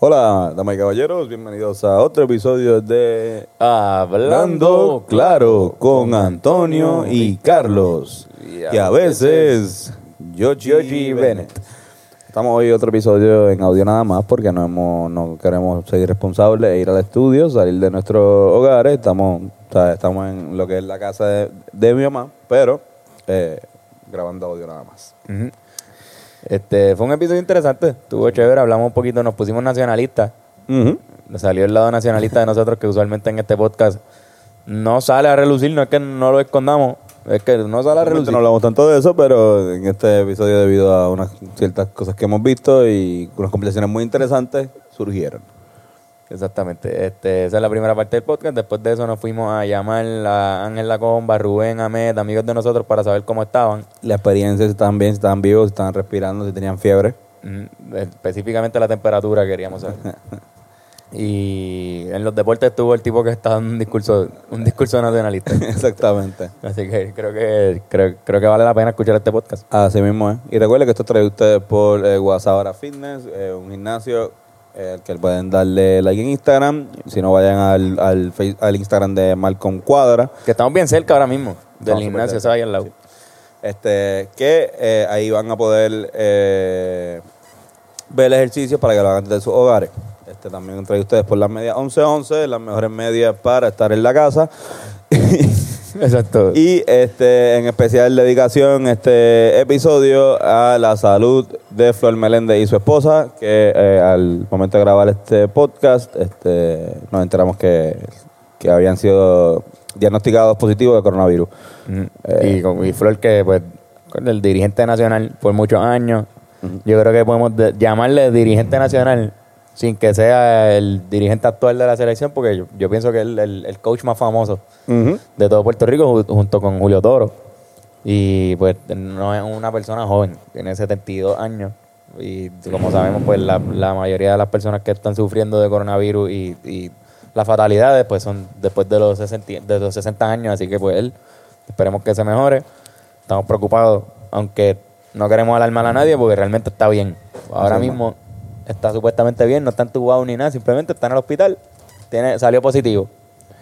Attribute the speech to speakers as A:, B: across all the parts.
A: Hola, damas y caballeros, bienvenidos a otro episodio de Hablando
B: Hablando
A: Claro con Antonio y Carlos. Y a veces, Yoji
B: Yogi
A: Bennett. Estamos hoy otro episodio en audio nada más porque no, hemos, no queremos seguir responsables e ir al estudio, salir de nuestros hogares. Estamos, o sea, estamos en lo que es la casa de, de mi mamá, pero eh, grabando audio nada más.
B: Ujú. Este, fue un episodio interesante, estuvo chévere, hablamos un poquito, nos pusimos nacionalistas,
A: Ujú.
B: nos salió el lado nacionalista de nosotros que usualmente en este podcast no sale a relucir, no es que no lo escondamos, es que no sale a
A: Realmente
B: relucir.
A: no hablamos tanto de eso, pero en este episodio, debido a unas ciertas cosas que hemos visto y unas conversaciones muy interesantes, surgieron.
B: Exactamente, este, esa es la primera parte del podcast, después de eso nos fuimos a llamar a Ángel Lacomba, Rubén, Ahmed, amigos de nosotros para saber cómo estaban.
A: La experiencia, si estaban bien, si estaban vivos, si estaban respirando, si tenían fiebre.
B: Mm, Específicamente la temperatura queríamos saber. Y en los deportes estuvo el tipo que estaba en un discurso, un discurso nacionalista.
A: Exactamente.
B: Así que creo que creo, creo que vale la pena escuchar este podcast.
A: Así mismo es. Y recuerden que esto trae ustedes por eh, Guasabara Fitness, eh, un gimnasio eh, al que pueden darle like en Instagram. Si no, vayan al, al, Face- al Instagram de Malcolm Cuadra.
B: Que estamos bien cerca ahora mismo del
A: Estamos
B: gimnasio,
A: súper
B: ese ahí al lado.
A: Este, que eh, ahí van a poder eh, ver ejercicios para que lo hagan desde sus hogares. Este también trae ustedes por las medias 11-11, las mejores medias para estar en la casa.
B: Exacto.
A: y este, en especial dedicación este episodio a la salud de Flor Meléndez y su esposa, que eh, al momento de grabar este podcast, este, nos enteramos que, que habían sido diagnosticados positivos de coronavirus.
B: Mm. y, con, y Flor, que pues con el dirigente nacional por muchos años, yo creo que podemos de- llamarle dirigente nacional sin que sea el dirigente actual de la selección, porque yo, yo pienso que es el, el- el coach más famoso de todo Puerto Rico ju- junto con Julio Toro. Y pues no es una persona joven, tiene 72 años. Y como sabemos, pues la, la mayoría de las personas que están sufriendo de coronavirus y, y las fatalidades, pues son después de los, 60, de los 60 años. Así que pues él, esperemos que se mejore. Estamos preocupados, aunque no queremos alarmar a nadie porque realmente está bien. Ahora mismo está supuestamente bien, no está entubado ni nada, simplemente está en el hospital, tiene, salió positivo.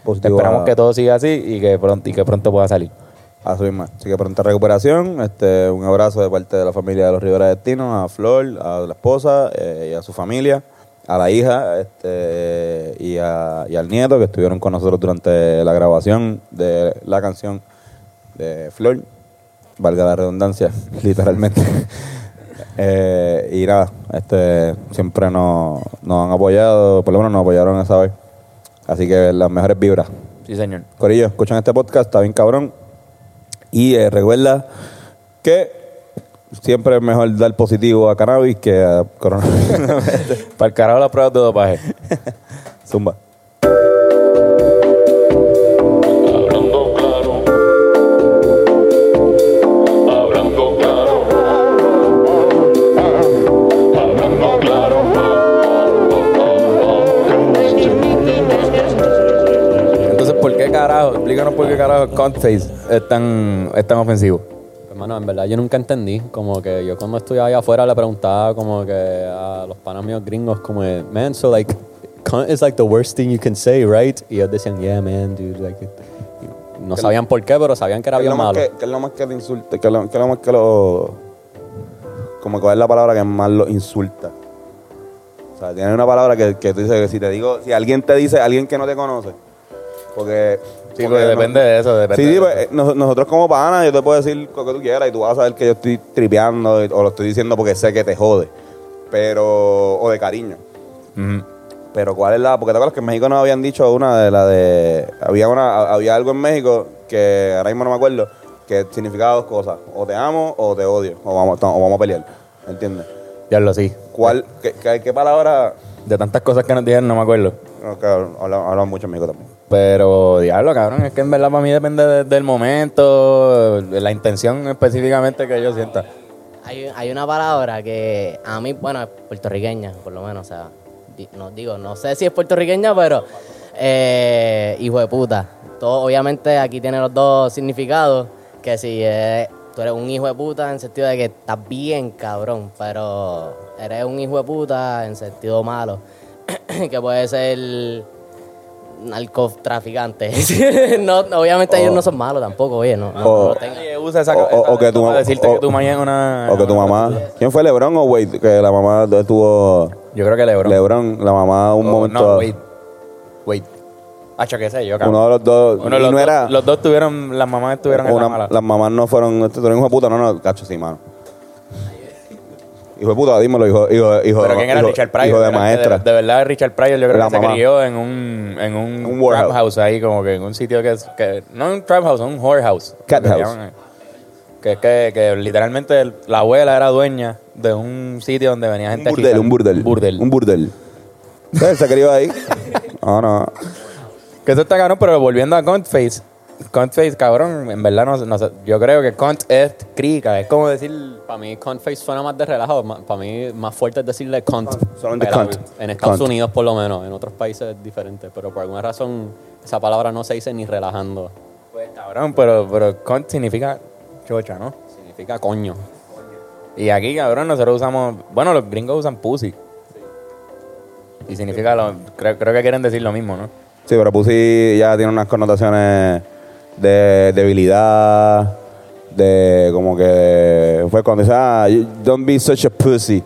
A: Positivo
B: Esperamos
A: a-
B: que todo siga así y que pronto, y que pronto pueda salir.
A: Así mismo. Así que pronta recuperación. Este, un abrazo de parte de la familia de los Rivera Destinos, a Flor, a la esposa eh, y a su familia, a la hija este, y, a- y al nieto que estuvieron con nosotros durante la grabación de la canción de Flor. Valga la redundancia, literalmente. Eh, y nada, este, siempre nos, nos han apoyado, por lo menos nos apoyaron esa vez. Así que las mejores vibras.
B: Sí, señor.
A: Corillo, escuchan este podcast, está bien cabrón. Y eh, recuerda que siempre es mejor dar positivo a cannabis que a coronavirus.
B: Para el carajo las pruebas de dopaje.
A: Zumba.
C: Hablando claro. Hablando claro. Hablando claro.
B: Entonces, ¿por qué carajo? Explícanos por qué carajo el Contays es tan, es tan ofensivo.
D: Hermano, Pues, en verdad yo nunca entendí, como que yo cuando estuve allá afuera le preguntaba como que a los panas míos gringos como, de, man, so like, cunt is like the worst thing you can say, right? Y ellos decían, yeah, man, dude, like, it- no sabían por qué, pero sabían que era
A: ¿Qué es,
D: bien
A: lo más
D: malo.
A: que, qué es lo más que le insulta? ¿Qué es lo, qué es lo más que lo. Como cuál es la palabra que más lo insulta? O sea, tiene una palabra que, que tú dices que si te digo, si alguien te dice, alguien que no te conoce. Porque.
B: Sí, porque depende de eso, depende
A: Sí, sí,
B: de
A: pues,
B: eso.
A: eh, nos- nosotros como panas, yo te puedo decir lo que tú quieras y tú vas a saber que yo estoy tripeando eh, o lo estoy diciendo porque sé que te jode. Pero. O de cariño. Pero cuál es la, porque te acuerdas que en México nos habían dicho una de la de había una había algo en México que ahora mismo no me acuerdo que significaba dos cosas, o te amo o te odio, o vamos o vamos a pelear, ¿entiendes?
B: Ya lo sí.
A: ¿Cuál qué, qué- qué palabra?
B: De tantas cosas que nos dijeron, no me acuerdo.
A: No, claro, hablan, hablan mucho en México también.
B: Pero, diablo, cabrón, es que en verdad para mí depende de- del momento, de la intención específicamente que yo sienta.
E: Hay, hay una palabra que a mí, bueno, es puertorriqueña, por lo menos, o sea, di- no digo, no sé si es puertorriqueña, pero eh, hijo de puta. Todo, obviamente aquí tiene los dos significados, que si es tú eres un hijo de puta en el sentido de que estás bien cabrón, pero eres un hijo de puta en sentido malo, que puede ser narcotraficante. no, obviamente ellos no son malos tampoco, oye, no. no,
A: O-
E: no tengan-
B: usa
A: O- o- o que tu
B: para
A: mamá-
B: decirte
A: o-
B: que tu mamá es una.
A: O que tu mamá. ¿Quién fue Lebron o Wade? Que la mamá tuvo.
B: Yo creo que Lebron.
A: Lebron, la mamá un
B: O-
A: momento.
B: No, wait. Wait. Hacho, qué sé yo, cabrón.
A: uno de los dos.
B: Uno de
A: y
B: los,
A: no
B: dos,
A: era.
B: los dos tuvieron, las mamás estuvieron en
A: una-
B: la mala.
A: las mamás no fueron. Este, tú eres un hijo de puta. No, no, cacho, sí, mano. Hijo de puta, dímelo, hijo, hijo, hijo,
B: Pero ¿quién era
A: hijo-
B: Richard Pryor?
A: hijo de
B: Era-
A: maestra.
B: De, de verdad, Richard Pryor yo creo
A: La
B: que
A: mamá.
B: se crió en un, en un,
A: Un
B: trap
A: warehouse.
B: house ahí, como que en un sitio que es... Que, no un trap house, un whorehouse.
A: Cat
B: que le
A: house.
B: llaman ahí. Que es que, que literalmente la abuela era dueña de un sitio donde venía
A: un
B: gente
A: burdel, un burdel.
B: burdel.
A: Un burdel. Él se crió ahí. No, no.
B: Que eso está cabrón, pero volviendo a Contface. Contface, cabrón, en verdad no, no sé. Yo creo que Cont es crica, es como decir...
D: Para mí, Contface suena más de relajo. Para mí, más fuerte es decirle Cont.
A: Solamente
D: Pero
A: cunt.
D: En Estados
A: Cunt.
D: Unidos, por lo menos. En otros países es diferente. Pero por alguna razón, esa palabra no se dice ni relajando.
B: Pues cabrón, pero, pero Cont significa chocha, ¿no?
D: Significa coño.
B: Y aquí, cabrón, nosotros usamos. Bueno, los gringos usan pussy. Y significa lo. Creo, creo que quieren decir lo mismo, ¿no?
A: Sí, pero Pussy ya tiene unas connotaciones de debilidad, de como que fue cuando dice, ah, you- don't be such a pussy,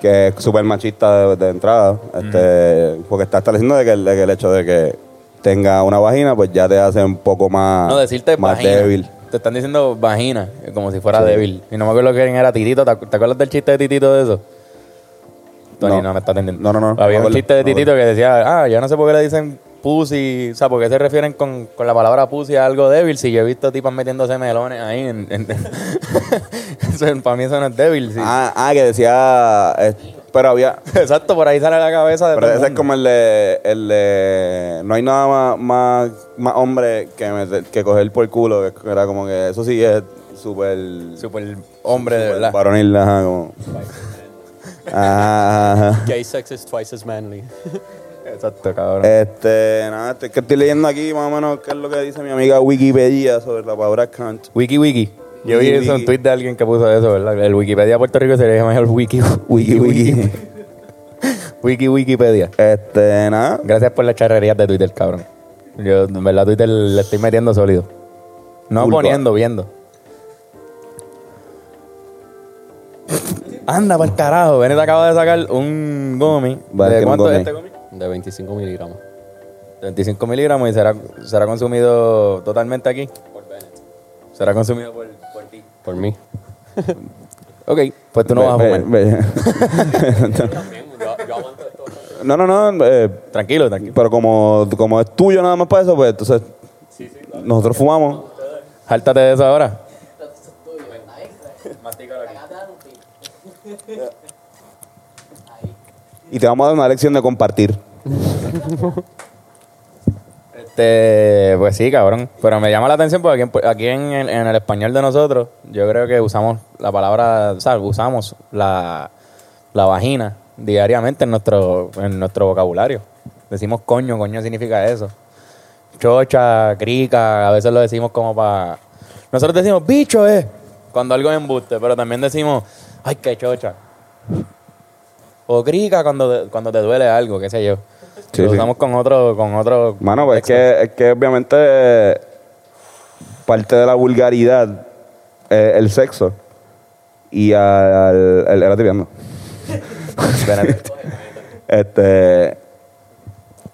A: que es súper machista de, de entrada, este, porque está estableciendo de que, el- de que el hecho de que tenga una vagina, pues ya te hace un poco más,
B: no decirte
A: Ah, más
B: vagina.
A: débil.
B: Te están diciendo vagina, eh, como si fuera débil. Y no me acuerdo quién era Titito. ¿Te, acu- te acuerdas del chiste de Titito de eso? Tony,
A: No.
B: no, me está atendiendo.
A: No, no, no.
B: Había
A: No
B: un
A: acuerdo,
B: chiste de
A: no acuerdo.
B: Titito que decía, ah, yo no sé por qué le dicen pussy. O sea, ¿por qué se refieren con, con la palabra pussy a algo débil? Si yo he visto tipas metiéndose melones ahí. En, en- Eso, para mí eso no es débil. sí.
A: Ah, ah, que decía, eh, pero había,
B: Exacto, por ahí sale la cabeza de
A: Pero
B: todo el
A: ese es
B: mundo.
A: como el de, el de- No hay nada más, más, más hombre que, me- que coger por culo. Que era como que eso sí es súper.
B: Super hombre de
A: súper
B: verdad.
A: Varonil, ajá, como. Ajá, ajá, ajá.
D: Gay sex is twice as manly.
B: Exacto, cabrón.
A: Este, nada, este, que estoy leyendo aquí más o menos qué es lo que dice mi amiga Wikipedia sobre la palabra cunt.
B: wiki Wiki. Yo vi
A: Wiki,
B: eso en
A: wiki.
B: tweet de alguien que puso eso, ¿verdad? El Wikipedia de Puerto Rico sería mejor Wiki Wiki Wiki. Wiki Wikipedia.
A: Este, nada.
B: Gracias por las charrerías de Twitter, cabrón. Yo, en verdad, Twitter le estoy metiendo sólido. No
A: Vulva.
B: poniendo, viendo. Anda, para el carajo. Bennett acaba de sacar un gomi.
A: Vale,
B: ¿De
A: que un
B: cuánto es
A: gomi.
B: este gomi?
D: De 25 miligramos.
B: 25 miligramos y será, será consumido totalmente aquí. Será consumido por, por ti.
D: Por mí.
B: Ok, pues tú no vas a
A: Ve-
B: fumar.
A: ve- ve- no, no, no. eh,
B: Tranquilo, tranquilo.
A: pero como, como es tuyo nada más para eso, pues entonces. Nosotros fumamos.
B: Jáltate de eso ahora.
A: Y te vamos a dar una lección de compartir.
B: Este, pues sí, cabrón. Pero me llama la atención porque aquí, en- aquí en, el, en el español de nosotros, yo creo que usamos la palabra, o sea, usamos la, la vagina diariamente en nuestro, en nuestro vocabulario. Decimos coño, coño significa eso. Chocha, crica, a veces lo decimos como para... Nosotros decimos bicho, eh, cuando algo es embuste, pero también decimos, ay, qué chocha. O crica cuando, cuando te duele algo, qué sé yo.
A: Sí,
B: lo
A: sí.
B: usamos con otro, con otro
A: Mano, pues es que, es que obviamente eh, parte de la vulgaridad es el sexo. Y al. al- espérate, viendo.
B: Espérate.
A: Este.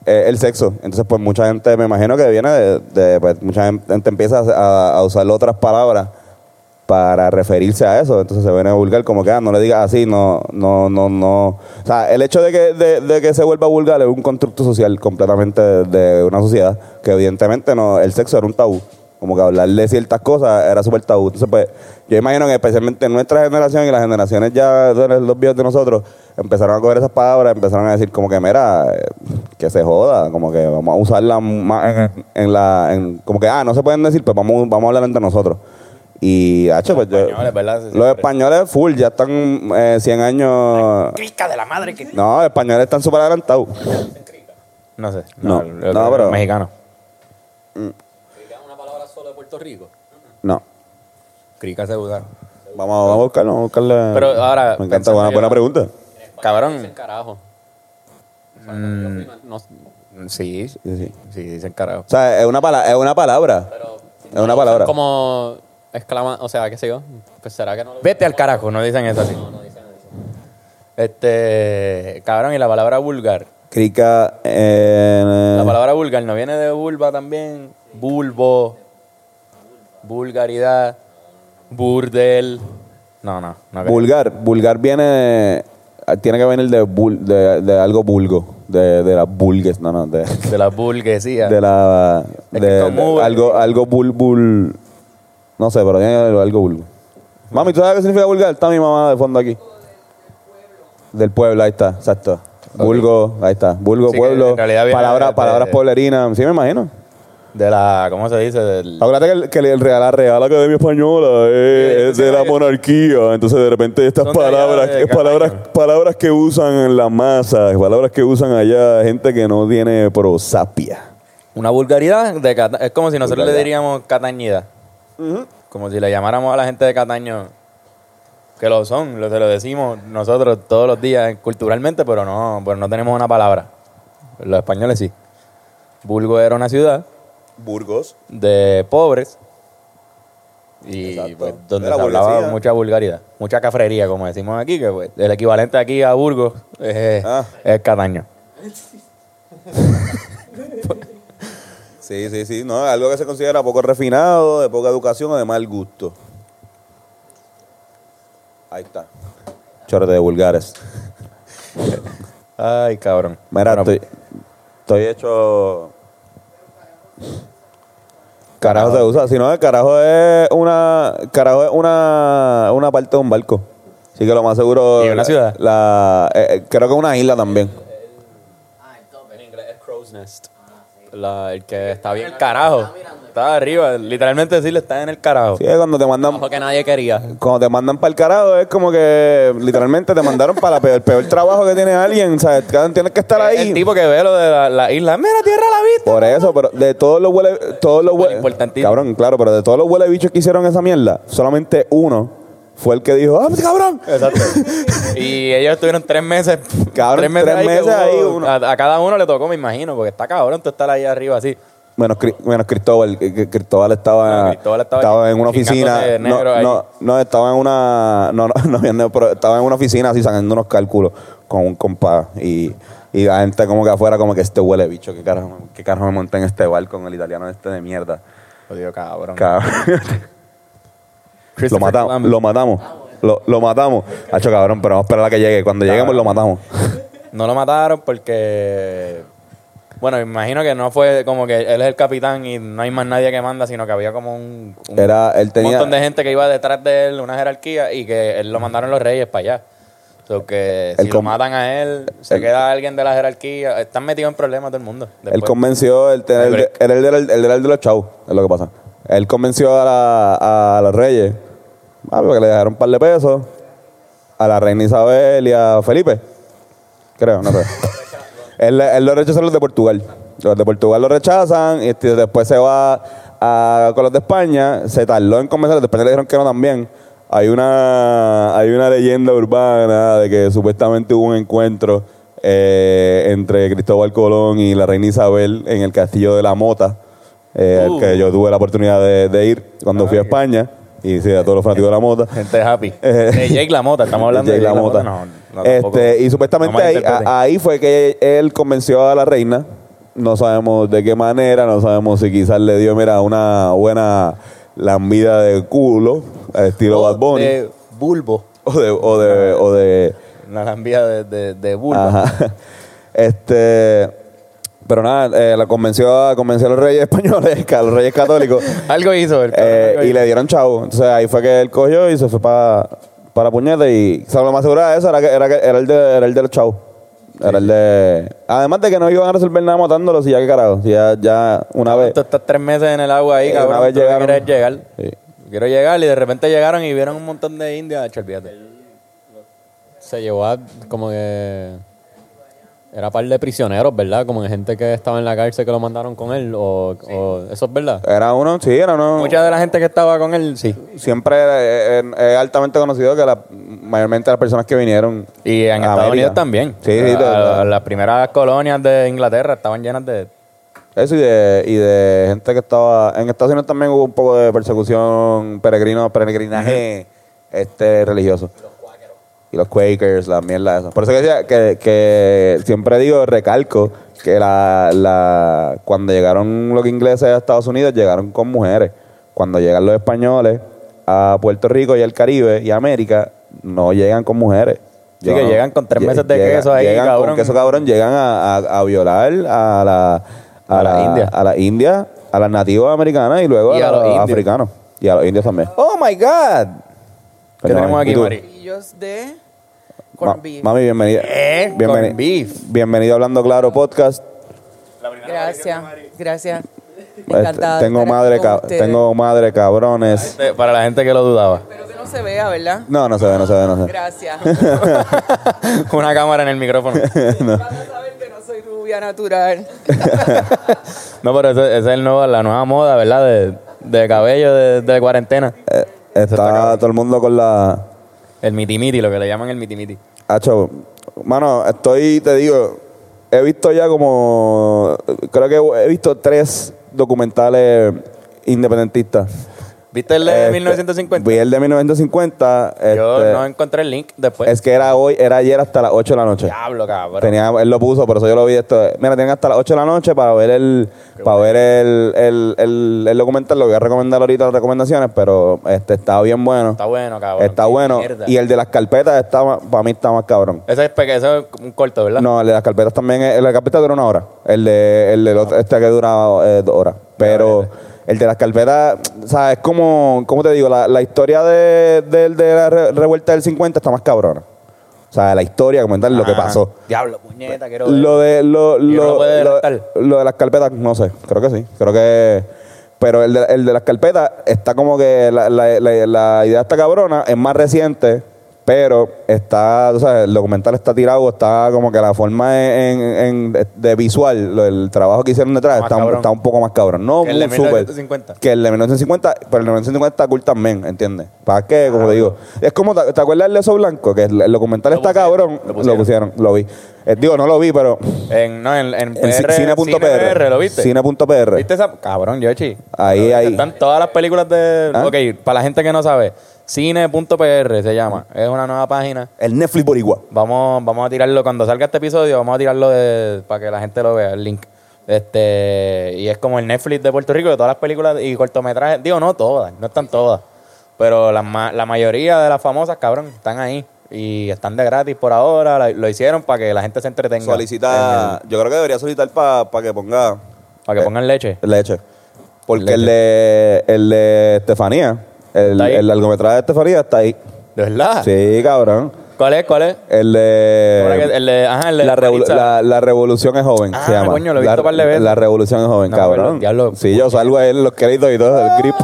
A: eh, el sexo. Entonces, pues mucha gente, me imagino que viene de. de, pues, mucha gente empieza a, a usar otras palabras para referirse a eso. Entonces se viene vulgar, como que ah, no le digas así, no, no, no, no. O sea, el hecho de que, de, de que se vuelva vulgar es un constructo social completamente de, de una sociedad que evidentemente no, el sexo era un tabú. Como que hablar de ciertas cosas era súper tabú. Entonces, pues, yo imagino que especialmente en nuestra generación y las generaciones ya de los los viejos de nosotros, empezaron a coger esas palabras, empezaron a decir como que, mira, eh, que se joda, como que vamos a usarlas más en, en la... en- como que, ah, no se pueden decir, pues vamos, vamos a hablar entre nosotros. Y, hacho, pues yo-
B: españoles, ¿verdad? Sí,
A: Los
B: siempre.
A: españoles full, ya están eh, 100 años.
B: Crica de la madre que.
A: No, los españoles están súper adelantados.
B: No sé.
A: No,
B: yo
A: no,
B: creo que
A: pero-
B: es Mexicano.
D: una palabra solo de Puerto Rico?
A: No.
B: cricas se dudaron.
A: Vamos, vamos a buscarlo, vamos a buscarla.
B: Pero ahora,
A: Me encanta,
B: pensando
A: buena,
B: yo-
A: buena pregunta.
B: Cabrón. mm,
D: carajo. No,
B: Sí, sí,
A: Sí, sí.
B: sí, dicen carajo.
A: O sea, es una, pala- es una palabra. es una palabra.
D: Como exclama, o sea, qué sé yo. Pues será que no lo
B: Vete al carajo, no dicen eso así. Este, cabrón, y la palabra vulgar.
A: Crica. eh,
B: La palabra vulgar no viene de vulva también. Bulbo. Vulgaridad. Burdel. No, no. no creo.
A: vulgar. Vulgar viene. de- tiene que venir de, vul- de, de algo vulgo. De, de las vulgues. No, no. De,
B: de la vulguesía.
A: de la.
B: Es que
A: De,
B: es como-
A: de algo, algo bul, bul- No sé, pero tiene algo, algo vulgo. Mami, ¿tú sabes qué significa vulgar? Está mi mamá de fondo aquí. Del pueblo, ahí está, exacto. Vulgo, ahí está. Vulgo,
B: Sí, que
A: pueblo,
B: en realidad viene
A: palabra,
B: de-
A: palabras
B: de-
A: pueblerinas. Sí, me imagino.
B: De la. ¿Cómo se dice? Del,
A: Acuérdate que el, que el Real, la Real Academia Española
B: Sí,
A: eh, es
B: sí,
A: de la
B: sí.
A: monarquía. Entonces, de repente, estas
B: Son
A: palabras,
B: derivadas de
A: eh, palabras, palabras que usan en la masa, palabras que usan allá, gente que no tiene prosapia.
B: una vulgaridad de Cata- Es como si nosotros le
A: Vulgaridad.
B: diríamos catañida. Como si le llamáramos a la gente de Cataño. Que lo son, lo, se lo decimos nosotros todos los días culturalmente, pero no, pero no tenemos una palabra. Los españoles sí. Vulgo era una ciudad.
A: Burgos.
B: de pobres y
A: Exacto.
B: pues, donde
A: De la
B: se hablaba
A: burguesía.
B: mucha vulgaridad, mucha cafrería, como decimos aquí, que pues, el equivalente aquí a Burgos es,
A: Ah.
B: es Cataño.
A: Sí, sí, sí. No, algo que se considera poco refinado, de poca educación o de mal gusto. Ahí está. Chorro de vulgares.
B: Ay, cabrón.
A: Mira, estoy, estoy hecho. Carajo se usa, si no, el carajo es una. Carajo es una, una parte de un barco. Así que lo más seguro.
B: ¿Y una ciudad?
A: La, eh, eh, creo que es una isla también.
D: En inglés es crow's nest. La- el que está
B: En
D: bien
B: el carajo. Está arriba, literalmente decirle está en el carajo.
A: Sí, es cuando te mandan.
D: carajo que nadie quería.
A: Cuando te mandan para el carajo es como que literalmente te mandaron para la peor- el peor trabajo que tiene alguien. O sea, tienes que estar
B: El
A: ahí.
B: tipo que ve lo de la, la isla, mira, tierra a la vista.
A: Por eso, pero de todos los huele, todos los huele,
B: Importantísimo.
A: cabrón, claro, pero de todos los huele bichos que hicieron esa mierda, solamente uno fue el que dijo, ¡ah, cabrón!
B: Y ellos estuvieron tres meses.
A: Cabrón, tres
B: que
A: meses ahí, uno.
B: A, a cada uno le tocó, me imagino, porque está cabrón tú estar ahí arriba así.
A: Menos, Cri- menos Cristóbal, eh, que, que Cristóbal estaba,
B: No, Cristóbal estaba
A: en una oficina.
B: chingándose de
A: No,
B: negro ahí.
A: no, no, estaba en una. No, no, no, había negro, pero estaba en una oficina así sacando unos cálculos con un compa. Y, y la gente como que afuera, como que este huele bicho, ¿qué carajo, qué carajo me monté en este bar con el italiano este de mierda?
B: Odio, cabrón.
A: Cabrón. lo,
B: Christopher
A: matamos,
B: Columbus.
A: lo matamos, lo, lo matamos. Hacho cabrón, pero vamos a esperar a que llegue. Cuando lleguemos lo matamos.
B: No lo mataron porque. Bueno, imagino que no fue como que él es el capitán y no hay más nadie que manda, sino que había como un, un
A: Era, él tenía.
B: montón de gente que iba detrás de él, una jerarquía, y que él lo mandaron los reyes para allá. So que
A: El
B: si lo
A: com-
B: matan a él, se
A: el-
B: queda alguien de la jerarquía. Están metidos en problemas todo el mundo.
A: Él
B: después.
A: convenció, él, ten-
B: Hay
A: él-
B: break.
A: él- él era el, él era el de los chavos, es lo que pasa. Él convenció a, la- a los reyes, ah, porque le dejaron un par de pesos, a la reina Isabel y a Felipe, creo, no sé. él, él lo rechazó a los de Portugal. Los de Portugal lo rechazan y este, después se va a, con los de España, se tardó en convencerlos, después le dijeron que no también. Hay una, hay una leyenda urbana de que supuestamente hubo un encuentro eh, entre Cristóbal Colón y la reina Isabel en el castillo de la Mota, eh, al que yo tuve la oportunidad de, de ir cuando fui a España, y sí, a todos los fanáticos de la Mota.
B: Gente happy.
A: Eh,
B: De Jake La Mota, estamos hablando
A: Jake
B: de Jake La
A: LaMotta.
B: Mota. no, no, tampoco.
A: Este, y supuestamente
B: No
A: ahí,
B: malinterpreten.
A: a- ahí fue que él convenció a la reina. No sabemos de qué manera, no sabemos si quizás le dio, mira, una buena lambida de culo, al estilo Bad Bunny.
B: De Eh, Bulbo.
A: O de. O de, o de
B: Una lambía de, de, de Bulbo.
A: Ajá. Este. Pero nada, eh, la convenció a, convenció a los reyes españoles, a los reyes católicos.
B: Algo hizo él.
A: Eh,
B: cabrón, algo
A: y
B: hizo.
A: le dieron chavo. Entonces ahí fue que él cogió y se fue para para puñete. Y o sea, lo más seguro de eso era, que, era, que- era el de, era el de los chavos. Era el de. Además de que no iban a resolver nada matándolo, si ya que carajo. Si ya, ya una vez.
B: Tú estás tres meses en el agua ahí,
A: Eh,
B: cabrón.
A: una vez
B: tú no
A: llegaron.
B: quieres llegar.
A: Sí.
B: Quiero llegar y de repente llegaron y vieron un montón de Ah, indias. Che, olvídate.
D: Se llevó a como que Era par de prisioneros, ¿verdad? Como de gente que estaba en la cárcel que lo mandaron con él. O, o- ¿Eso es verdad?
A: Era uno, sí, era uno.
B: Mucha de la gente que estaba con él, sí.
A: Siempre eh, eh, es altamente conocido que la, mayormente las personas que vinieron.
B: Y en
A: a
B: Estados
A: América.
B: Unidos también.
A: Ah, Sí, sí,
B: A-
A: de-
B: a-
A: de-
B: las primeras colonias de Inglaterra estaban llenas de...
A: Eso y de, y de gente que estaba. En Estados Unidos también hubo un poco de persecución, peregrino, peregrinaje este, religioso. Y los Quakers, la mierda esa. Por eso que, decía que, que siempre digo, recalco, que la, la, cuando llegaron los ingleses a Estados Unidos, llegaron con mujeres. Cuando llegan los españoles a Puerto Rico y al Caribe y a América, no llegan con mujeres.
B: Sí, que llegan con tres
A: Lle-
B: meses de
A: llega-
B: queso ahí,
A: llegan
B: cabrón.
A: Con queso cabrón, llegan a, a- a violar a la, a,
B: A la
A: la-
B: India.
A: a la India, a las nativas americanas y luego
B: Y
A: a,
B: a los
A: los
B: indios.
A: africanos. Y a los indios también. ¡Oh, my God!
B: ¿Qué tenemos aquí, Mari?
F: Platillos de
A: Ma-
F: corn beef.
A: mami, bienvenida.
B: ¿Qué?
A: Bienveni-
B: ¿Eh? Corn beef.
A: Bienvenido a Hablando Claro Podcast.
F: Gracias, gracias.
A: Este,
F: Encantada de
A: tengo
F: estar aquí
A: madre,
F: con
A: ca-
F: ustedes.
A: tengo madre cabrones.
B: Eh, Para la gente que lo dudaba.
F: Espero que no se vea, ¿verdad?
A: No, no se ve, no se ve, no se ve.
F: Gracias.
B: Una cámara en el micrófono.
F: Van a saber que no soy rubia natural.
B: No, pero esa es el nuevo, la nueva moda, ¿verdad? De, de cabello de, de cuarentena.
A: Eh, está todo el mundo con la
B: El mitimiti, lo que le llaman el mitimiti.
A: Hacho, mano, estoy, te digo, he visto ya como, creo que he visto tres documentales independentistas.
B: ¿Viste el de
A: Este,
B: 1950?
A: Vi el de 1950.
B: Yo
A: este,
B: no encontré el link después.
A: es que era hoy, era ayer hasta las 8 de la noche.
B: Diablo, cabrón.
A: Tenía, él lo puso, por eso yo lo vi esto. Mira, tienen hasta las 8 de la noche para ver el, para ver el, el, el, el documental. Lo voy a recomendar ahorita las recomendaciones, pero este está bien bueno.
B: Está bueno, cabrón.
A: Está
B: Qué
A: bueno.
B: mierda.
A: Y el de las carpetas está para mí está más cabrón.
B: Ese es, peque- ese es un corto, ¿verdad?
A: No, el de las carpetas también. es- El de las carpetas dura una hora. El de, el de los- este que dura eh, dos horas. Pero el de las carpetas, o sea, es como, ¿cómo te digo? La, la historia de, del- de la re- revuelta del 50 está más cabrona. O sea, la historia, comentar lo que
B: Ajá.
A: pasó.
B: Diablo, puñeta, quiero ver.
A: Lo de, lo,
B: uno
A: lo,
B: lo puede
A: lo-
B: delatar.
A: lo de las carpetas, no sé, creo que sí. Creo que. Pero el de, el de las carpetas está como que la, la- la- la idea está cabrona, es más reciente, pero está, o sea, el documental está tirado, está como que la forma en, en- en- de visual, lo- el trabajo que hicieron detrás
B: Más
A: está, un-
B: cabrón.
A: está un poco más cabrón. No
B: Que el de
A: un super.
B: 1950.
A: Que el de 1950, pero el de 1950 está cool también, ¿entiendes? ¿Para qué? Como te digo. Es como, ¿te, te acuerdas del Leso Blanco? Que el, el documental está cabrón, lo pusieron. lo vi. Eh, digo, no lo vi, pero
B: En, no, en,
A: en
B: en, PR, CinePR, ¿lo viste?
A: Cine.pr.
B: ¿Viste esa? Cabrón, Yoshi.
A: Ahí, ahí.
B: Están todas las películas de...
A: ¿Ah?
B: Ok, para la gente que no sabe, cine.pr se llama. Es una nueva página.
A: El Netflix Boricua.
B: Vamos, vamos a tirarlo cuando salga este episodio, vamos a tirarlo de- para que la gente lo vea, el link. Este, y es como el Netflix de Puerto Rico, de todas las películas y cortometrajes, digo, no todas, no están todas, pero la, ma- la mayoría de las famosas, cabrón, están ahí y están de gratis por ahora, la- lo hicieron para que la gente se entretenga.
A: Solicita. Eh, Yo creo que debería solicitar para que ponga
B: Para que pongan leche.
A: leche. Porque
B: Leche.
A: el de el de Estefanía, el,
B: Está ahí.
A: el largometraje de Estefanía está ahí.
B: ¿De verdad?
A: Sí, cabrón.
B: ¿Cuál es? ¿Cuál es?
A: El
B: Ahora que
A: de.
B: el de- ajá, el de
A: Eh, la, revolu-
B: Maritza.
A: la- la revolución es joven,
B: Ah,
A: se llama.
B: coño, lo he
A: la,
B: visto par de veces.
A: la revolución es joven,
B: No,
A: cabrón.
B: pero, diablo,
A: sí, yo salgo ahí en los créditos y todo, el grip.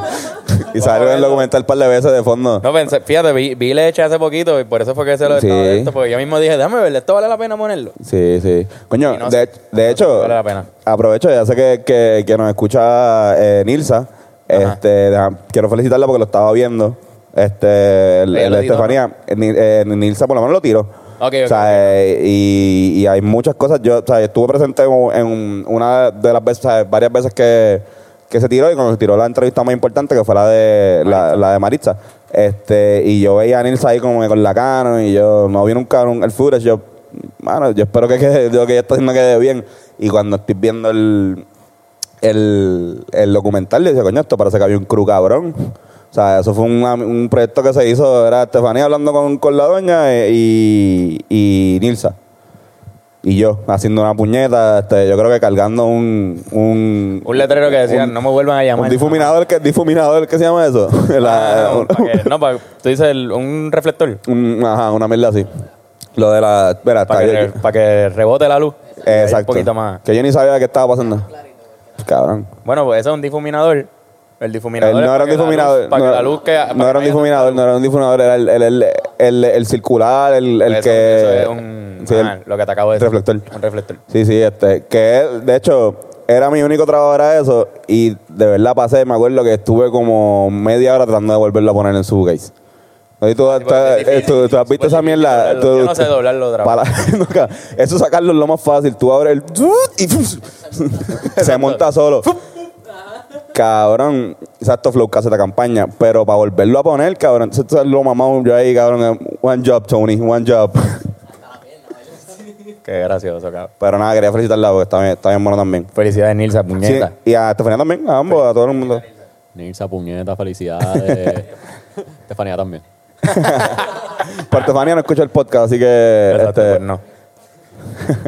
A: y salgo en el documental par de veces de fondo.
B: No, pensé, fíjate, vi, vi leche hace poquito y por eso fue que se lo
A: Sí.
B: estaba de esto, porque yo mismo dije, déjame verle, esto vale la pena ponerlo.
A: Sí, sí. Coño,
B: Y no
A: de,
B: sé,
A: de
B: no
A: hecho,
B: vale la pena.
A: aprovecho, ya sé que, que, que nos escucha eh, Nilsa. Este, deja- quiero felicitarla porque lo estaba viendo. Este, el,
B: Ella
A: el
B: lo
A: de
B: editó,
A: Estefanía, Ni- eh, Nilsa por lo menos lo tiró.
B: Ok, ok,
A: o sea,
B: ok.
A: eh, y, y hay muchas cosas. Yo o sea, estuve presente en, un- en un- una de las veces, o sea, varias veces que, que se tiró y cuando se tiró la entrevista más importante que fue la de la, la de Maritza. Este, y yo veía a Nilsa ahí como que con la cano y yo no vi nunca un- el footage. Yo, mano, yo espero que, que lo que ella está haciendo quede bien. Y cuando estoy viendo el, el, el documental, yo decía, coño, esto parece que había un crew cabrón. O sea, eso fue una- un proyecto que se hizo, era Estefanía hablando con, con la doña eh, y, y Nilsa. Y yo, haciendo una puñeta, este, yo creo que cargando un... Un,
B: Un letrero que decía, no me vuelvan a llamar.
A: Un difuminador, que, difuminador, ¿qué se llama eso? La-
B: Ah, no,
A: un-
B: pa' que- no, pa- tú dices el- un reflector
A: un- ajá, una mierda así. Lo de la... Espera,
B: para
A: está-
B: que,
A: yo-
B: re-
A: yo-
B: pa' que rebote la luz. Y ahí Un
A: exacto.
B: poquito más.
A: Que yo ni sabía qué estaba pasando. Cabrón.
B: Bueno, pues ese es un difuminador. El
A: Él
B: difuminador.
A: no
B: es
A: era
B: para
A: un
B: que la
A: difuminador.
B: luz- Para que la luz que.
A: no era un difuminador, no era un difuminador, era el, el, el, el- el circular, el, el
B: Eso-
A: que.
B: eso es un- un-
A: sí,
B: ajá,
A: el-
B: lo que te acabo de
A: el
B: decir.
A: reflector.
B: Un reflector.
A: Sí, sí, este, que él, de hecho, era mi único trabajo era eso y de verdad pasé, me acuerdo que estuve como media hora tratando de volverlo a poner en su case. Y tú, tú- eh, tú- tú has visto esa mierda.
B: doblarlo.
A: tú-
B: pues Yo no sé
A: tú-
B: doblarlo otra vez.
A: para- no, ca- eso sacarlo es lo más fácil. Tú abres el y se monta solo. Cabrón, exacto, flow caseta campaña. Pero para volverlo a poner, cabrón, eso es lo mamón yo ahí, cabrón. eh, One job, Tony, one job.
B: Qué gracioso, cabrón.
A: Pero nada, quería felicitarla porque está bien, está bien bueno también.
B: Felicidades, Nilsa,
A: Sí,
B: puñeta.
A: y a Estefanía también, a ambos, a todo el mundo.
D: Nilsa, puñeta, felicidades. Estefanía también.
A: Pero Estefanía no escucha el podcast, así que.
B: Exacto,
A: este,
B: pues no.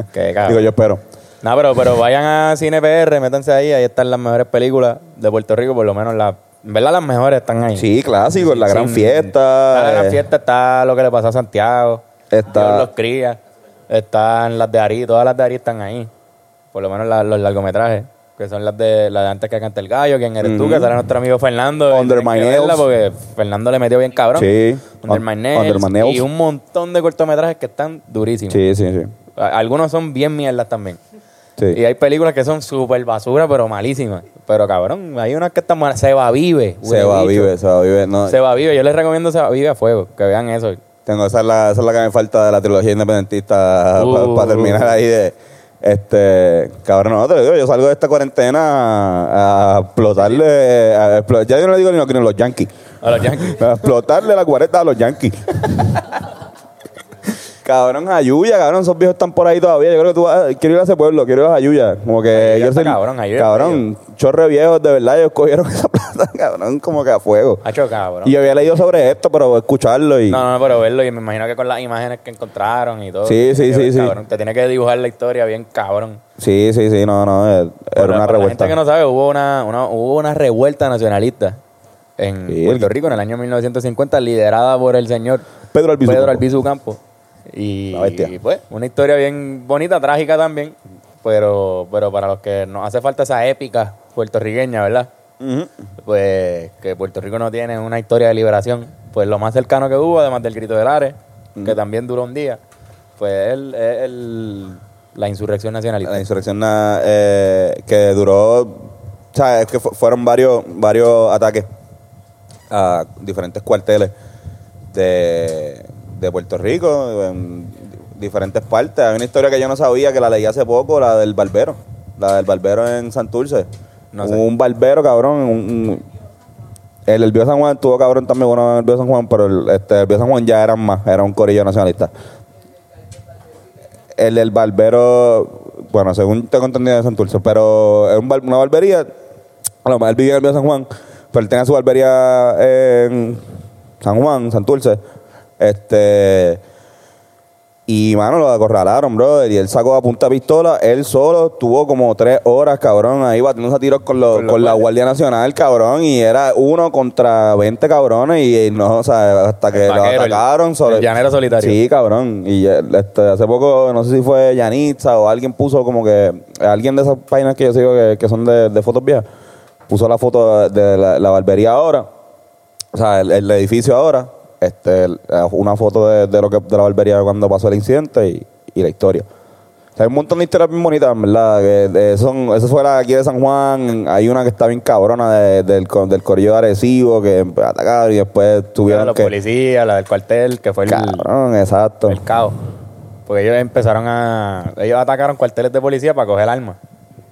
B: Qué cabrón.
A: Digo, yo espero.
B: No, pero, pero vayan a Cine PR, métanse ahí, ahí están las mejores películas de Puerto Rico, por lo menos las, en verdad las mejores están ahí.
A: Sí, clásico, en la gran
B: Sin-
A: fiesta.
B: Está la gran
A: eh,
B: fiesta, está lo que le pasó a Santiago, Dios los
A: Está.
B: cría, están las de Ari, todas las de Ari están ahí, por lo menos la- los largometrajes, que son las de, las de antes que canta el gallo, quién eres tú,
A: Ujú.
B: que será nuestro amigo Fernando.
A: Under
B: Tienen
A: My
B: que verla
A: Nails.
B: Porque Fernando le metió bien cabrón.
A: Sí.
B: Under
A: Un-
B: My Nails
A: Under My Nails.
B: Y un montón de cortometrajes que están durísimos.
A: Sí, sí, sí.
B: A- Algunos son bien mierdas también.
A: sí.
B: Y hay películas que son súper basura, pero malísimas. Pero cabrón, hay unas que están malas. Se va vive.
A: se va, vive, se va, vive. No,
B: Se va vive. Yo les recomiendo Se va vive a fuego. Que vean eso.
A: Tengo, esa es, la, esa es la que me falta de la trilogía independentista para
B: Uh.
A: terminar ahí de. Este, cabrón, no te lo digo, yo salgo de esta cuarentena a, a explotarle, a explo- ya yo no le digo ni los, ni los yankees,
B: A los Yankees.
A: a explotarle la cuarenta a los yankees. cabrón, Ayuya, cabrón, esos viejos están por ahí todavía, yo creo que tú vas, quiero ir a ese pueblo, quiero ir a Ayuya, como que
B: Ayuya
A: yo
B: está
A: soy-
B: cabrón, Ayuya está
A: cabrón, chorre viejos, de verdad, ellos cogieron esa plaza, cabrón, como que a fuego.
B: Hacho cabrón.
A: Y yo había leído sobre esto, pero escucharlo y...
B: No, no, pero verlo. Y me imagino que con las imágenes que encontraron y todo.
A: Sí, sí,
B: Tiene que
A: sí,
B: ver,
A: sí.
B: Cabrón. Te tiene que dibujar la historia bien cabrón.
A: Sí, sí, sí, no, no, eh, era
B: Para-
A: una
B: para
A: revuelta.
B: La gente que no sabe, hubo una, una- hubo una revuelta nacionalista en
A: Sí,
B: Puerto
A: el-
B: Rico en el año 1950, liderada por el señor
A: Pedro Albizu
B: Pedro
A: Campo.
B: Albizu Campo. Y,
A: La bestia.
B: y, pues, una historia bien bonita, trágica también, pero, pero para los que nos hace falta esa épica puertorriqueña, ¿verdad?
A: Ujú.
B: Pues que Puerto Rico no tiene una historia de liberación. Pues lo más cercano que hubo, además del grito del Ares, que también duró un día, pues el- es el- la insurrección nacionalista.
A: La insurrección na- eh, que duró, o sea, es que fu- fueron varios, varios ataques a diferentes cuarteles de, de Puerto Rico, en diferentes partes. Hay una historia que yo no sabía, que la leí hace poco, la del barbero, la del barbero en Santurce.
B: No sé.
A: Un barbero, cabrón, un- un- El Elvio San Juan estuvo cabrón también, bueno, el Elvio San Juan, pero el, este, el Elvio San Juan ya eran más, era un corillo nacionalista. El del barbero, bueno, según tengo entendido de Santurce, pero es un bar- una barbería, a lo mejor él vivía en el Viejo San Juan, pero él tenía su barbería en San Juan, Santurce, este... Y, mano, lo acorralaron, brother. Y él sacó a punta de pistola. Él solo tuvo como tres horas, cabrón. Ahí batiéndose a tiros con, los-
B: Con los
A: con la
B: guardias.
A: Guardia Nacional, cabrón. Y era uno contra 20 cabrones. Y no, o sea, hasta que lo
B: vaquero, el-
A: atacaron. sobre-
B: el llanero solitario.
A: Sí, cabrón. Y eh, este, hace poco, no sé si fue Yanitza o alguien puso como que. Alguien de esas páginas que yo sigo que, que son de, de fotos viejas. Puso la foto de la, la barbería ahora. O sea, el, el edificio ahora. Este, el- una foto de, de lo que, de la barbería cuando pasó el incidente y, y la historia. O sea, hay un montón de historias bien bonitas, en ¿verdad? Que, de- son, esa fue la de aquí de San Juan. Hay una que está bien cabrona de- del, co- del corrillo de Arecibo que atacaron y después
B: La de
A: tuvieron
B: los
A: que...
B: policías, la del cuartel, que fue el,
A: Cabrón, exacto.
B: el caos. Porque ellos empezaron a. Ellos atacaron cuarteles de policía para coger armas.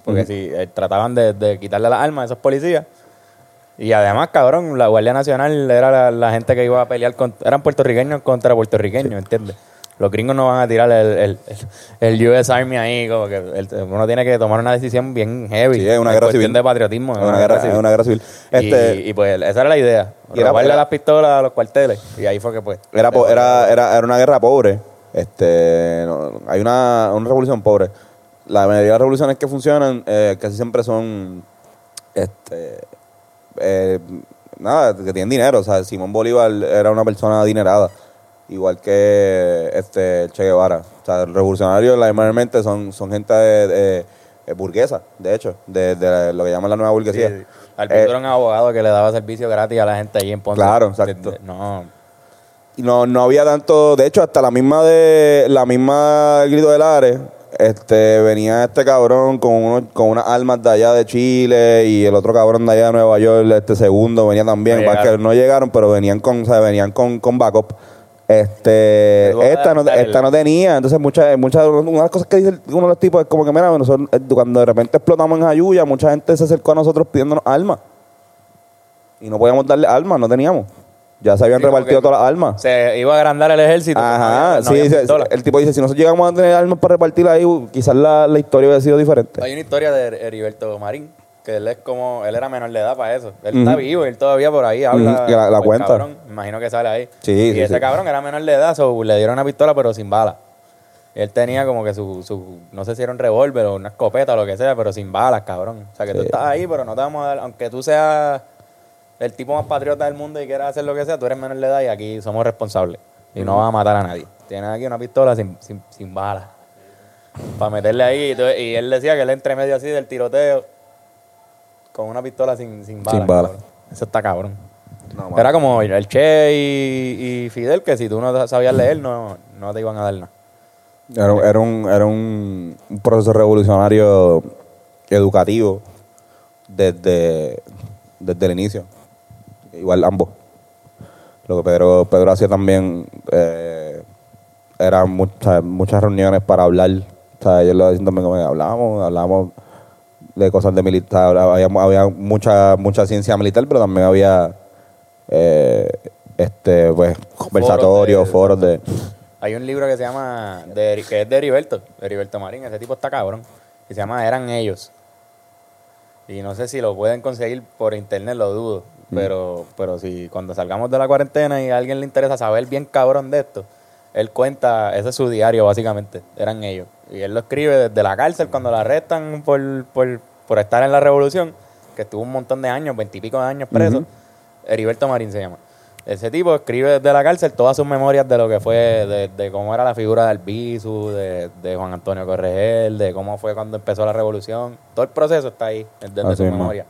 B: Porque si eh, trataban de, de quitarle las armas a esos policías. Y además, cabrón, la Guardia Nacional era la, la gente que iba a pelear. con- eran puertorriqueños contra puertorriqueños, ¿entiendes? Los gringos no van a tirar el, el, el- el US Army ahí. Como que el- uno tiene que tomar una decisión bien heavy.
A: Sí, es una
B: en
A: guerra
B: cuestión
A: civil.
B: de patriotismo.
A: Es una guerra, es una guerra civil. Este,
B: y, y, pues esa era la idea.
A: Y era-
B: robarle
A: era-
B: las pistolas a los cuarteles. Y ahí fue que pues.
A: era, po- era, era, era una guerra pobre. Este, no- hay una, una revolución pobre. La mayoría de las revoluciones que funcionan eh, casi siempre son este, eh, nada, que tienen dinero. O sea, Simón Bolívar era una persona adinerada, igual que este Che Guevara. O sea, los revolucionarios mayormente son, son gente de, de- de burguesa, de hecho, de, de lo que llaman la nueva burguesía.
B: Sí, sí. Al Pedro
A: Eh,
B: era un abogado que le daba servicio gratis a la gente allí en Ponce.
A: Claro, exacto.
B: De- de- No.
A: no, no había tanto, de hecho hasta la misma de la misma Grito del Ares, este venía este cabrón con uno, con unas armas de allá de Chile y el otro cabrón de allá de Nueva York, este segundo venía también,
B: No
A: Para que
B: llegaron.
A: no llegaron, pero venían con, o sea, venían con, con backup. Este,
B: Pero
A: esta no,
B: va a dar
A: esta no tenía, entonces muchas, muchas, una de las cosas que dice uno de los tipos es como que, mira, nosotros, eh, cuando de repente explotamos en Jayuya, mucha gente se acercó a nosotros pidiéndonos armas. Y no podíamos darle armas, no teníamos. Ya se habían
B: Sí,
A: repartido
B: porque-
A: todas las armas.
B: Se iba a agrandar el ejército.
A: Ajá,
B: No había- no
A: sí,
B: había
A: sí,
B: pistola.
A: el tipo dice, si nosotros llegamos a tener armas para repartir ahí, uh, quizás la, la historia hubiera sido diferente.
B: Hay una historia de Heriberto Marín, que él es como, él era menor de edad para eso. Él está vivo y él todavía por ahí habla.
A: Ujú, que la- la
B: como el
A: cuenta.
B: cabrón, me imagino que sale ahí.
A: Sí,
B: y
A: sí,
B: ese
A: sí.
B: cabrón era menor de edad, so, le dieron una pistola pero sin bala. Él tenía como que su, su- no sé si era un revólver o una escopeta o lo que sea, pero sin balas, cabrón. O sea, que tú
A: Sí.
B: estás ahí, pero no te vamos a dar, aunque tú seas el tipo más patriota del mundo y quieras hacer lo que sea, tú eres menor de edad y aquí somos responsables. Y no vas a matar a nadie. Tienes aquí una pistola sin, sin, sin balas para meterle ahí. Y, tú- y él decía que él entre medio así del tiroteo con una pistola sin, sin bala.
A: Sin bala.
B: cabrón. Eso está cabrón.
A: No, mano.
B: Era como el Che y, y Fidel, que si tú no sabías leer, no, no te iban a dar nada.
A: Era, un- era un, era un un proceso revolucionario educativo desde, desde el inicio. Igual ambos. Lo que Pedro, Pedro hacía también eh, eran muchas muchas reuniones para hablar. O sea, ellos lo decían también como que hablábamos, hablábamos de cosas de militar, hablaba- había, había mucha, mucha ciencia militar, pero también había eh, este pues conversatorios,
B: Foros
A: foros de,
B: Hay un libro que se llama, de- que es de Heriberto, de Heriberto Marín, ese tipo está cabrón, que se llama Eran Ellos. Y no sé si lo pueden conseguir por internet, lo dudo, pero, pero si cuando salgamos de la cuarentena y a alguien le interesa saber bien cabrón de esto, él cuenta, ese es su diario básicamente, Eran Ellos. Y él lo escribe desde la cárcel cuando la arrestan por, por, por estar en la revolución, que estuvo un montón de años, veintipico de años preso. Heriberto Marín se llama. Ese tipo escribe desde la cárcel todas sus memorias de lo que fue, de, de cómo era la figura de Albizu, de, de Juan Antonio Corregel, de cómo fue cuando empezó la revolución. Todo el proceso está ahí, desde
A: Así
B: su
A: mismo.
B: memoria.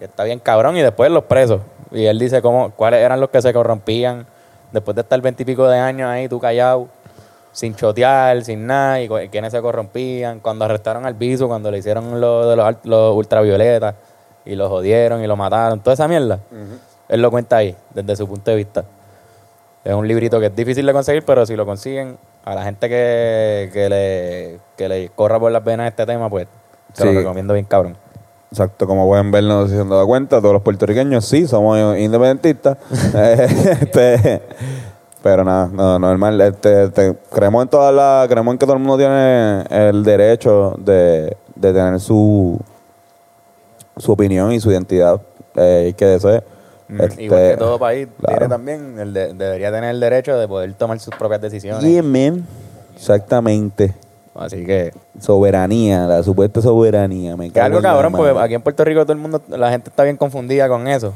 B: Y está bien cabrón y después los presos. Y él dice cómo, cuáles eran los que se corrompían después de estar veintipico de años ahí, tú callado, sin chotear, sin nada, y cu- quiénes se corrompían, cuando arrestaron al Bizu, cuando le hicieron lo de los, alt- los ultravioletas y lo jodieron y lo mataron, toda esa mierda. Él lo cuenta ahí, desde su punto de vista. Es un librito que es difícil de conseguir, pero si lo consiguen, a la gente que, que, le, que le corra por las venas este tema, pues se
A: Sí.
B: lo recomiendo bien cabrón.
A: Exacto, como pueden ver, no sé si se han dado cuenta, todos los puertorriqueños sí somos independentistas. Eh, este, pero nada, no, normal. Este, este, creemos en todas las, creemos en que todo el mundo tiene el derecho de, de tener su, su opinión y su identidad eh, y que desee. Este,
B: Mm, Igual que todo país
A: claro.
B: tiene también, el de- debería tener el derecho de poder tomar sus propias decisiones.
A: Yeah, man. Exactamente.
B: Así que,
A: Soberanía, la supuesta soberanía. Me
B: que
A: cago
B: algo
A: en la
B: cabrón, pues, porque
A: madre.
B: aquí en Puerto Rico todo el mundo, la gente está bien confundida con eso.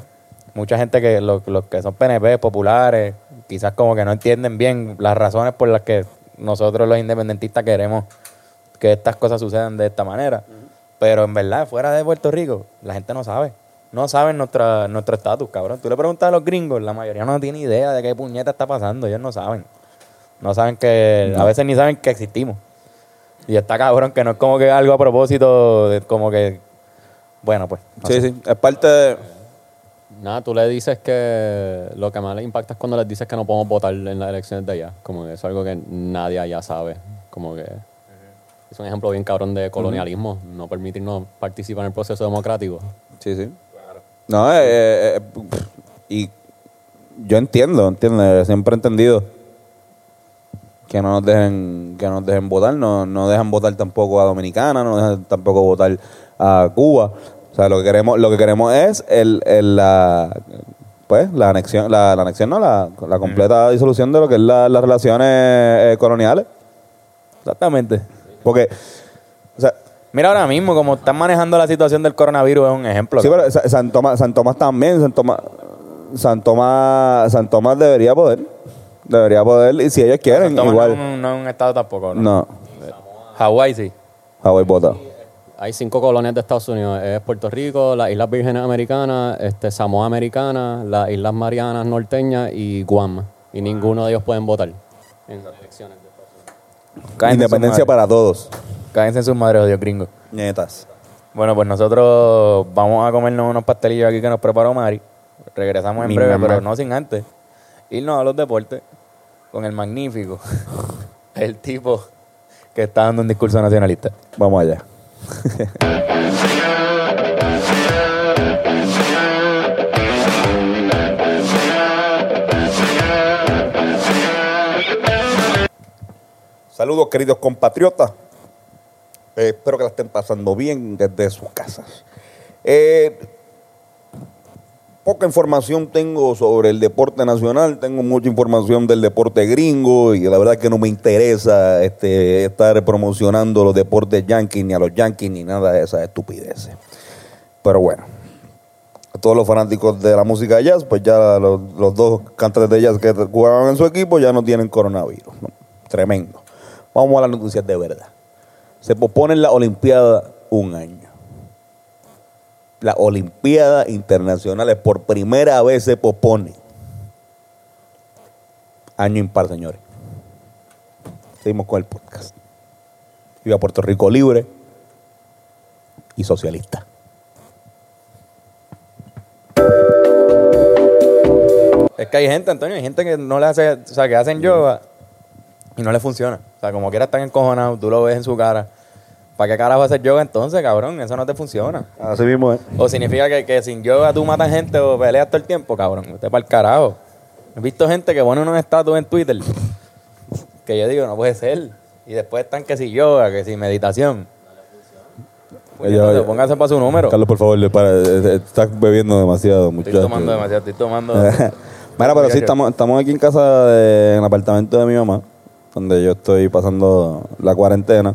B: Mucha gente que los, los que son PNP, populares, quizás como que no entienden bien las razones por las que nosotros los independentistas queremos que estas cosas sucedan de esta manera. Pero en verdad, fuera de Puerto Rico, la gente no sabe. No saben nuestra, nuestro estatus, cabrón. Tú le preguntas a los gringos, la mayoría no tiene idea de qué puñeta está pasando. Ellos no saben. No saben que... A veces ni saben que existimos. Y está cabrón que no es como que algo a propósito, de- como que... Bueno, pues... no
A: Sí,
B: sé.
A: sí, es parte de...
D: Nada, tú le dices que lo que más le impacta es cuando les dices que no podemos votar en las elecciones de allá. Como que es algo que nadie allá sabe. Como que es un ejemplo bien cabrón de colonialismo, no permitirnos participar en el proceso democrático.
A: Sí, sí. No, eh, eh, eh, pf, y yo entiendo, entiendo, siempre he entendido que no nos dejen, que no nos dejen votar, no, no dejan votar tampoco a Dominicana, no dejan tampoco votar a Cuba. O sea, lo que queremos, lo que queremos es el, el la pues la anexión, la, la anexión no, la, la completa disolución de lo que es la- las relaciones eh, coloniales.
B: Exactamente.
A: Porque, o sea,
B: Mira ahora mismo, como están manejando la situación del coronavirus, es un ejemplo.
A: Sí, pero Sa- San Tomás, San Tomás también, San Tomás, San Tomás, San Tomás debería poder, debería poder, y si ellos quieren,
B: Toma,
A: igual,
B: No, no es un estado tampoco, ¿no?
A: no,
B: Hawái sí.
A: Hawái vota.
D: Hay cinco colonias de Estados Unidos. Es Puerto Rico, las Islas Vírgenes Americanas, este, Samoa Americana, las Islas Marianas Norteñas y Guam. y ninguno de ellos pueden votar en las elecciones. de Estados Unidos.
B: Cállense
A: Independencia
B: su madre.
A: para todos.
B: Cállense en sus madres, odios gringos.
A: Nietas.
B: Bueno, pues nosotros vamos a comernos unos pastelillos aquí que nos preparó Mari. Regresamos en
G: Mi
B: breve,
G: mamá.
B: pero no sin antes irnos a los deportes con el magnífico, el tipo que está dando un discurso nacionalista.
A: Vamos allá. Saludos, queridos compatriotas. Eh, espero que la estén pasando bien desde sus casas. Eh, poca información tengo sobre el deporte nacional, tengo mucha información del deporte gringo y la verdad que no me interesa este, estar promocionando los deportes yankees ni a los yankees ni nada de esas estupideces. Pero bueno, a todos los fanáticos de la música jazz, pues ya los, los dos cantantes de jazz que jugaban en su equipo ya no tienen coronavirus. ¿no? Tremendo. Vamos a las noticias de verdad. Se posponen la Olimpiada un año las Olimpiadas Internacionales por primera vez se posponen. Año impar, señores. Seguimos con el podcast. Viva Puerto Rico libre y socialista.
B: Es que hay gente, Antonio, hay gente que no le hace, o sea, que hacen yoga y no le funciona. O sea, como quiera están encojonados, tú lo ves en su cara. ¿Para qué carajo hacer yoga entonces, cabrón? Eso no te funciona.
A: Así mismo es.
B: O significa que, que sin yoga tú matas gente o peleas todo el tiempo, cabrón. Usted para el carajo. He visto gente que pone unos estatus en Twitter que yo digo, no puede ser. Y después están que si yoga, que si meditación. Pues
A: Oye,
B: no,
A: oye.
B: pónganse para su número.
A: Carlos, por favor, le para, eh, eh, estás bebiendo demasiado, muchacho.
B: Estoy tomando demasiado, estoy tomando.
A: Mira, pero sí, estamos, estamos aquí en casa, de- en el apartamento de mi mamá, donde yo estoy pasando la cuarentena.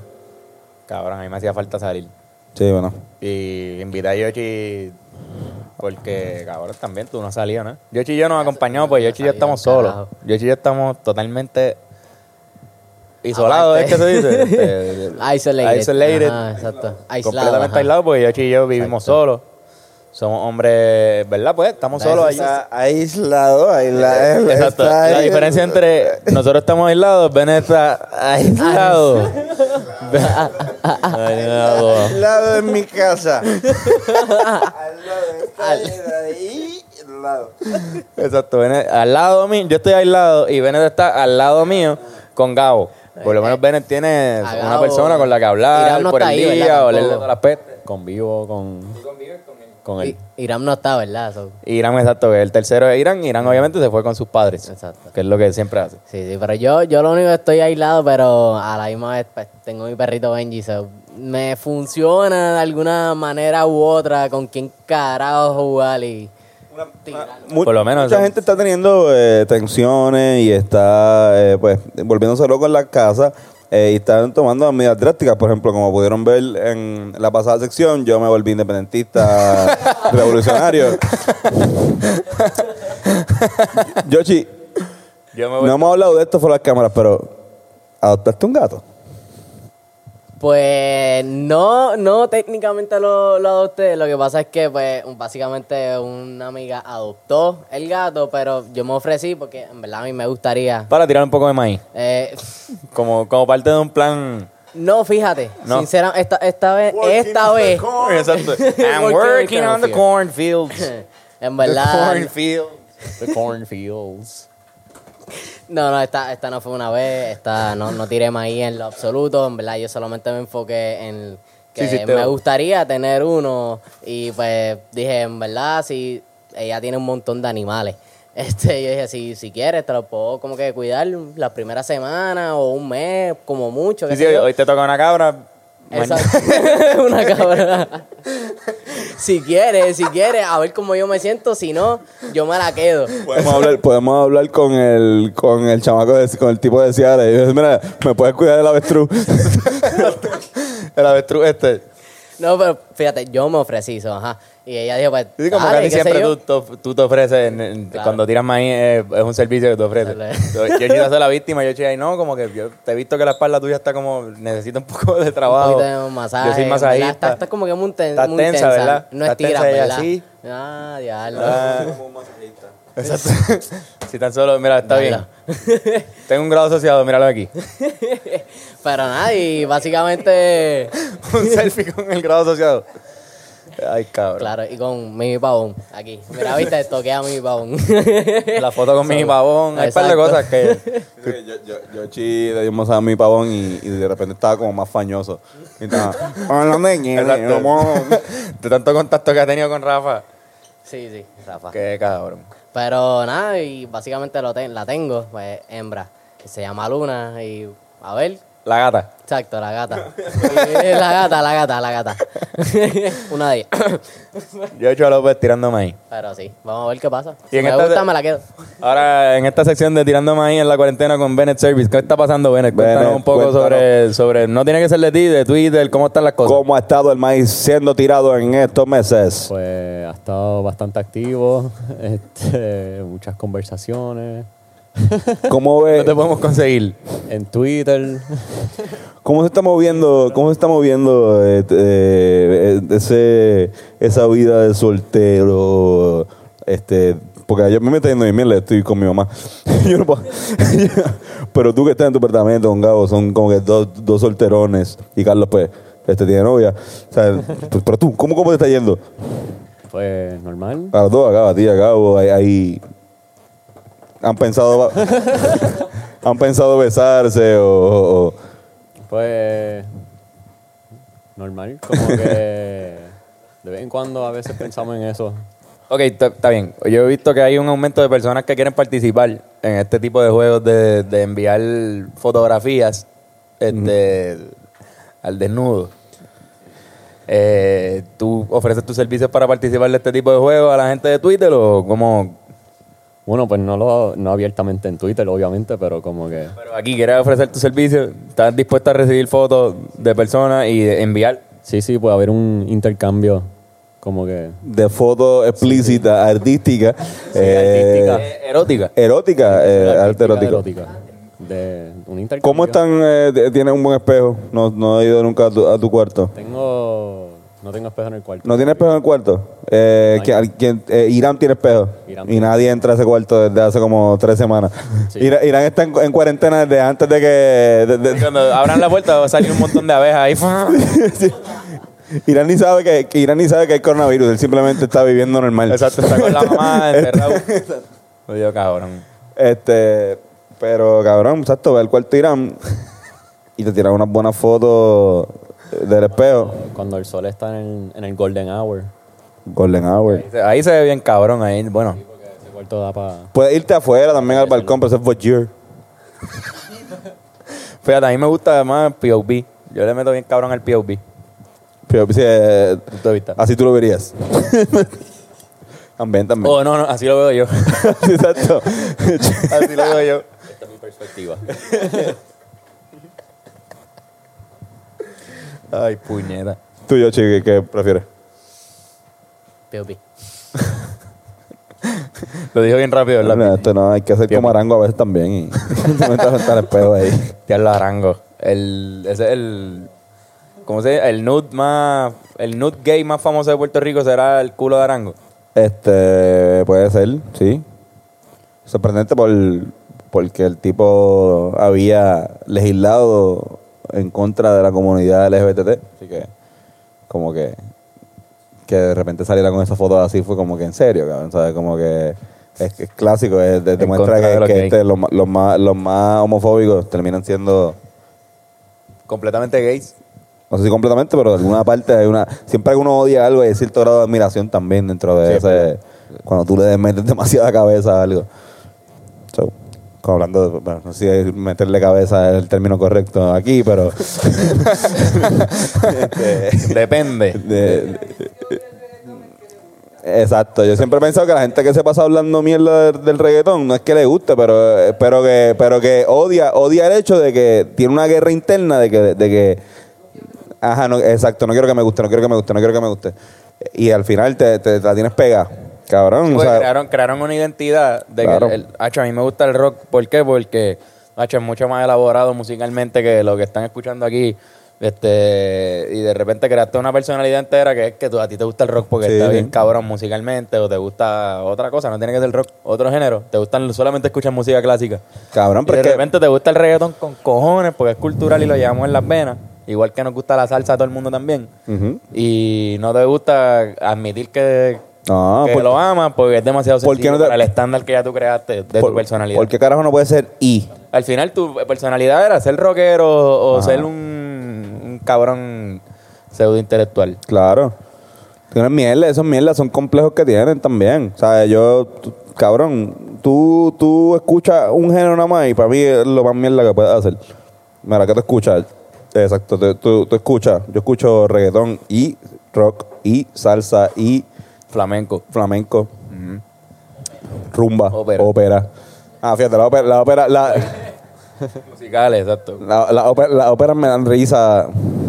B: Cabrón, a mí me hacía falta salir.
A: Sí, bueno.
B: Y invité a Yoshi porque, cabrón, también tú no salías, ¿no? Yoshi y yo nos acompañamos, pues Yoshi y yo estamos solos.
E: Carajo.
B: Yoshi y yo estamos totalmente isolados, ¿es que se dice? Este,
E: Isolated.
B: Isolated.
E: Ajá, exacto. Aislado,
B: completamente
E: ajá.
B: aislados porque Yoshi y yo vivimos solos. Somos hombres, ¿verdad? Pues estamos solos allí.
A: aislado, aislado.
B: Eh, Exacto. La diferencia entre nosotros estamos aislados, Ben está aislado.
E: Ah,
B: Aislado.
A: Al lado de mi casa. al lado de esta vida de ahí, al lado.
B: Exacto, Bennett, al lado mío, yo estoy aislado y Bennett está al lado mío con Gabo. Por lo menos Bennett tiene
E: Eh, A
B: una
E: Gabo.
B: persona con la que hablar
E: Irán no
B: por el
E: está ahí,
B: día,
E: ¿verdad?
B: olerle
E: Tampoco.
B: todas las pestes.
D: Convivo con, con él.
E: I- Irán no está, ¿verdad? So-
B: Irán, exacto, el tercero es Irán. Irán obviamente se fue con sus padres,
E: Exacto.
B: que es lo que siempre hace.
E: Sí, sí, pero yo, yo lo único que estoy aislado, pero a la misma vez pues, tengo mi perrito Benji. so, me funciona de alguna manera u otra con quién carajo jugar y...
A: Mu-
B: Por lo menos
A: Mucha
B: son-
A: gente está teniendo eh, tensiones y está, eh, pues, volviéndose loco en la casa eh, y están tomando medidas drásticas. Por ejemplo, como pudieron ver en la pasada sección, yo me volví independentista revolucionario. Yoshi,
B: Yo me voy.
A: no hemos hablado de esto por las cámaras, pero adoptaste un gato.
E: Pues no, no técnicamente lo, lo adopté. Lo que pasa es que, pues, un- básicamente una amiga adoptó el gato, pero yo me ofrecí porque en verdad a mí me gustaría.
B: Para tirar un poco de maíz,
E: Eh,
B: como, como parte de un plan.
E: no, fíjate,
B: No.
E: sinceramente, esta, esta vez, esta vez,
B: Exacto.
E: Working
B: I'm working on the
E: cornfield.
B: cornfields.
E: en
B: The
E: verdad,
B: cornfields.
D: The cornfields.
E: No, no, esta, esta no fue una vez, esta no, no tiré maíz en lo absoluto, en verdad yo solamente me enfoqué en que
B: Sí, sí, te-
E: me gustaría tener uno y pues dije, en verdad, si ella tiene un montón de animales, este, yo dije, si, si quieres te lo puedo como que cuidar las primeras semanas o un mes, como mucho. qué
B: Sí, sí,
E: sé yo.
B: hoy te toca una cabra. mañana-
E: Exacto. Una cabra. si quieres, si quieres, a ver cómo yo me siento, si no, yo me la quedo.
A: Podemos hablar, podemos hablar con el con el chamaco de- con el tipo de Seattle. Y dices, mira, me puedes cuidar del avestruz.
B: El avestruz este.
E: No, pero fíjate, yo me ofrecí eso, ajá. Y ella dijo, pues,
B: Sí, como
E: dale,
B: casi
E: qué sé
B: siempre
E: yo.
B: tú, tú- tú te ofreces, en- en-
E: Claro.
B: cuando tiras maíz, eh, es un servicio que te ofreces.
E: Dale.
B: Yo yo he ido a ser la víctima, yo he dicho, "Ay, no, como que yo te he visto que la espalda tuya está como, necesita un poco de
E: Un
B: trabajo.
E: poquito de masaje,
B: yo soy
E: ¿verdad?
B: masajista.
E: Estás estás como que muy, ten-
B: Estás
E: muy
B: tensa, ¿verdad?
E: No Ah,
B: Estás
E: estiras,
B: tensa y
E: ¿verdad?
B: así.
E: Ah, diablo.
B: Ah. Exacto. si tan solo, mira, está bien.
E: Dale.
B: Tengo un grado asociado, míralo aquí.
E: Pero nada, y básicamente,
B: un selfie con el grado asociado. Ay, cabrón.
E: claro, y con Mimi Pavón, aquí. Mira, viste, toqué a Mimi Pavón.
B: La foto con mi babón, hay un par de
E: Exacto.
B: cosas que.
A: Yo, yo, yo chi, le dimos a mi pavón y, y de repente estaba como más fañoso. Y estaba, "Hola, nene,
B: Exacto.
A: vamos".
B: De tanto contacto que ha tenido con Rafa.
E: Sí, sí, Rafa.
B: Qué cabrón.
E: Pero nada, y básicamente lo ten- la tengo, pues hembra. que Se llama Luna y a ver,
B: La gata.
E: exacto, la gata. la gata, la gata, la gata. Una de ellas.
B: Yo hecho a
A: pues,
B: López tirándome ahí.
E: Pero sí, vamos a ver qué pasa.
B: Y
E: Si
B: en
E: me
B: esta-
E: gusta, me la quedo.
B: Ahora, en esta sección de Tirando ahí en la cuarentena con Bennett Service, ¿qué está pasando, Bennett? Cuéntanos
A: Bennett,
B: un poco
A: cuéntanos.
B: sobre, sobre. No tiene que ser de ti, de Twitter, cómo están las cosas.
A: ¿Cómo ha estado el maíz siendo tirado en estos meses?
D: Pues ha estado bastante activo, este, muchas conversaciones
A: ¿Cómo
B: Pues, No te
A: ve?
B: podemos conseguir.
D: en Twitter.
A: ¿Cómo se está moviendo, cómo se está moviendo eh, eh, ese, esa vida de soltero? Este, porque yo me estoy yendo de mierda, estoy con mi mamá. Yo no puedo- Pero tú que estás en tu apartamento, don Gabo, son como que dos, dos solterones. Y Carlos, pues, este tiene novia. O sea, pues, pero tú, ¿cómo, ¿cómo te está yendo?
D: Pues normal.
A: A los dos, acá, a ti, a Gabo, ahí, ahí- han pensado han pensado besarse o, o- o-
D: Pues normal. Como que de vez en cuando a veces pensamos en eso.
B: Ok, t- está bien. Yo he visto que hay un aumento de personas que quieren participar en este tipo de juegos de, de enviar fotografías este,
A: Mm.
B: al desnudo. Eh, ¿Tú ofreces tus servicios para participar de este tipo de juegos a la gente de Twitter o cómo?
D: Bueno, pues no lo no abiertamente en Twitter, obviamente, pero como que
B: Pero aquí quieres ofrecer tus servicios, estás dispuesta a recibir fotos de personas y de enviar.
D: sí, sí, puede haber un intercambio como que
A: de foto explícita, artística, eh,
D: artística.
B: Eh, erótica.
A: erótica, eh, arte
D: Artística,
A: erótico.
D: erótica. De un intercambio.
A: ¿Cómo están? eh, de- ¿Tienes un buen espejo? No, no he ido nunca a tu, a tu cuarto.
D: Tengo no tengo espejo en el cuarto.
A: ¿No tienes espejo en el cuarto? Eh, ¿quién- al- quién- eh, Irán tiene espejo.
D: Irán
A: Y
D: tiene.
A: nadie entra a ese cuarto desde hace como tres semanas.
D: Sí.
A: Ira- Irán está en, en cuarentena desde antes de que... de- de-
B: Y Cuando abran la puerta va a salir un montón de abejas ahí.
A: Irán ni sabe que, que Irán ni sabe que hay coronavirus, él simplemente está viviendo normal.
B: Exacto, está con la mamá encerrado. Oye, cabrón.
A: Este, pero cabrón, exacto, ve al cuarto de Irán y te tiran unas buenas fotos del espejo.
D: Cuando el sol está en el, en el golden hour.
A: Golden Hour.
B: Ahí se ve bien cabrón, ahí, bueno.
D: Porque ese cuarto da para
A: Puedes irte afuera también al balcón, pero eso es voyeur.
B: Fíjate, a mí me gusta más POV. Yo le meto bien cabrón al POV.
A: Pero, pues, eh,
B: Punto de vista.
A: así tú lo verías. también, también.
B: Oh, no, no, así lo veo yo.
A: Sí, exacto.
B: así lo veo yo.
D: Esta es mi perspectiva.
B: Ay, puñeta.
A: Tú y yo, chiqui, ¿qué prefieres?
E: P.O.P.
B: Lo dijo bien rápido,
A: No,
B: ¿verdad?
A: esto no, hay que hacer como arango a veces también. Y te metes a sentar el espejo ahí.
B: Te hablo arango. El, ese es el. ¿Cómo se dice? El nude más. El nude gay más famoso de Puerto Rico será el culo de arango.
A: Este, puede ser, sí. Sorprendente por, porque el tipo había legislado en contra de la comunidad LGBT. Así que, como que, que de repente saliera con esa foto así fue como que en serio, cabrón. ¿sabes? Como que es, es clásico, es, de- demuestra
B: contra de
A: que,
B: los
A: que
B: gays.
A: este, los, ma- los más, los más homofóbicos terminan siendo,
B: Completamente gays.
A: no sé si completamente, pero de alguna parte hay una. Siempre alguno odia algo y hay cierto grado de admiración también dentro de ese. Cuando tú le metes demasiada cabeza a algo. So, como hablando de. bueno, no sé si meterle cabeza es el término correcto aquí, pero.
B: Depende.
A: de- de- exacto. Yo siempre he pensado que la gente que se pasa hablando mierda del, del reggaetón no es que le guste, pero, eh, pero que, pero que odia, odia el hecho de que tiene una guerra interna de que, de que ajá, no, exacto, no quiero que me guste, no quiero que me guste, no quiero que me guste. Y al final te, te- te la tienes pegada. Cabrón. o
B: Pues
A: sea,
B: crearon, crearon una identidad de
A: Claro.
B: que el, el- Hacho, a mí me gusta el rock. ¿Por qué? Porque hacho, es mucho más elaborado musicalmente que lo que están escuchando aquí. Este, y de repente creaste una personalidad entera que es que tú, a ti te gusta el rock porque
A: Sí,
B: está
A: sí.
B: bien cabrón musicalmente o te gusta otra cosa, no tiene que ser rock, otro género. Te gustan, solamente escuchas música clásica.
A: Cabrón,
B: Y
A: pero
B: de
A: es que-
B: repente te gusta el reggaetón con cojones porque es cultural y lo llevamos en las venas. Igual que nos gusta la salsa a todo el mundo también.
A: Ujú.
B: Y no te gusta admitir que,
A: No,
B: que
A: Ah, por-
B: lo amas porque es demasiado
A: ¿Por qué
B: sencillo
A: no te-
B: para el estándar que ya tú creaste de
A: por-
B: tu personalidad.
A: ¿Por qué carajo no puede ser I?
B: Al final tu personalidad era ser rockero o ser un, un cabrón pseudo intelectual.
A: Claro. Tienen mierda, esas mierdas son complejos que tienen también. O sea, yo, tú- cabrón, tú, tú escuchas un género nada más y para mí es lo más mierda que puedes hacer. Mira, ¿qué tú escuchas? Exacto, tú, tú- tú escuchas. Yo escucho reggaetón y rock y salsa y
B: Flamenco.
A: flamenco, rumba,
B: Ópera.
A: ópera. Ah, fíjate, la ópera, la ópera, la,
B: Musicales, exacto.
A: la, la ópera, las óperas me dan risa.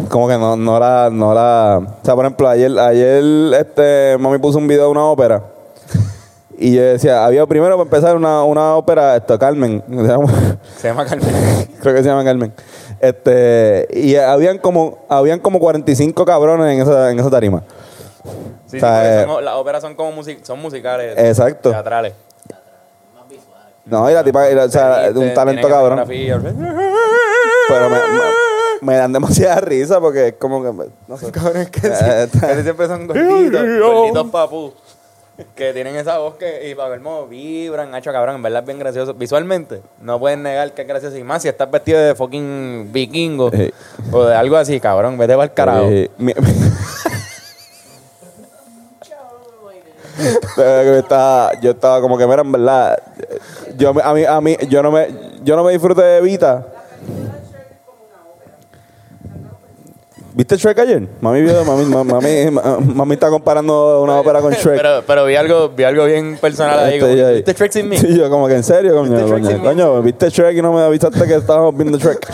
A: Como que no, no la, no la. O sea, por ejemplo, ayer, ayer este, mami puso un video de una ópera. Y yo decía, había primero para empezar una, una ópera, esto, Carmen. se llama-
B: Se llama Carmen.
A: Creo que se llama Carmen. Este, y habían como, habían como 45 cabrones en esa, en esa tarima.
B: Sí, sí,
A: O sea,
B: porque
A: eh,
B: son- las óperas son como music- son musicales.
A: Exacto.
B: Teatrales.
A: No, y la tipa, y la- o sea,
B: Tienen
A: un
B: que
A: talento
B: hacer
A: cabrón.
B: coreografía.
A: Pero me, me- me dan demasiada risa porque es como que. me- No sé.
B: Cabrón, es que sí.
A: Eh, está-
B: Casi siempre son gorditos, gorditos papú. Que tienen esa voz que, y para colmo, vibran, hacho cabrón, en verdad es bien gracioso. Visualmente, no pueden negar que es gracioso. Y más si estás vestido de fucking vikingo
A: Eh.
B: o de algo así, cabrón, vete para el carajo.
A: Eh, mi- Pero que estaba- yo estaba como que, mira, en verdad, yo, me- a mí, a mí, yo no me, yo no me disfruto de Vita. ¿Viste Shrek ayer? Mami, vio- mami, ma- mami, ma- mami está comparando una ópera con Shrek.
B: Pero, pero vi algo, vi algo bien personal ahí.
A: Este, yo
B: como,
A: ahí.
B: ¿Viste Tricks in Me?
A: Sí, yo como que en serio, coño,
B: ¿Viste Shrek
A: coño,
B: sin mí?
A: coño, viste Shrek y no me avisaste que estábamos viendo Shrek.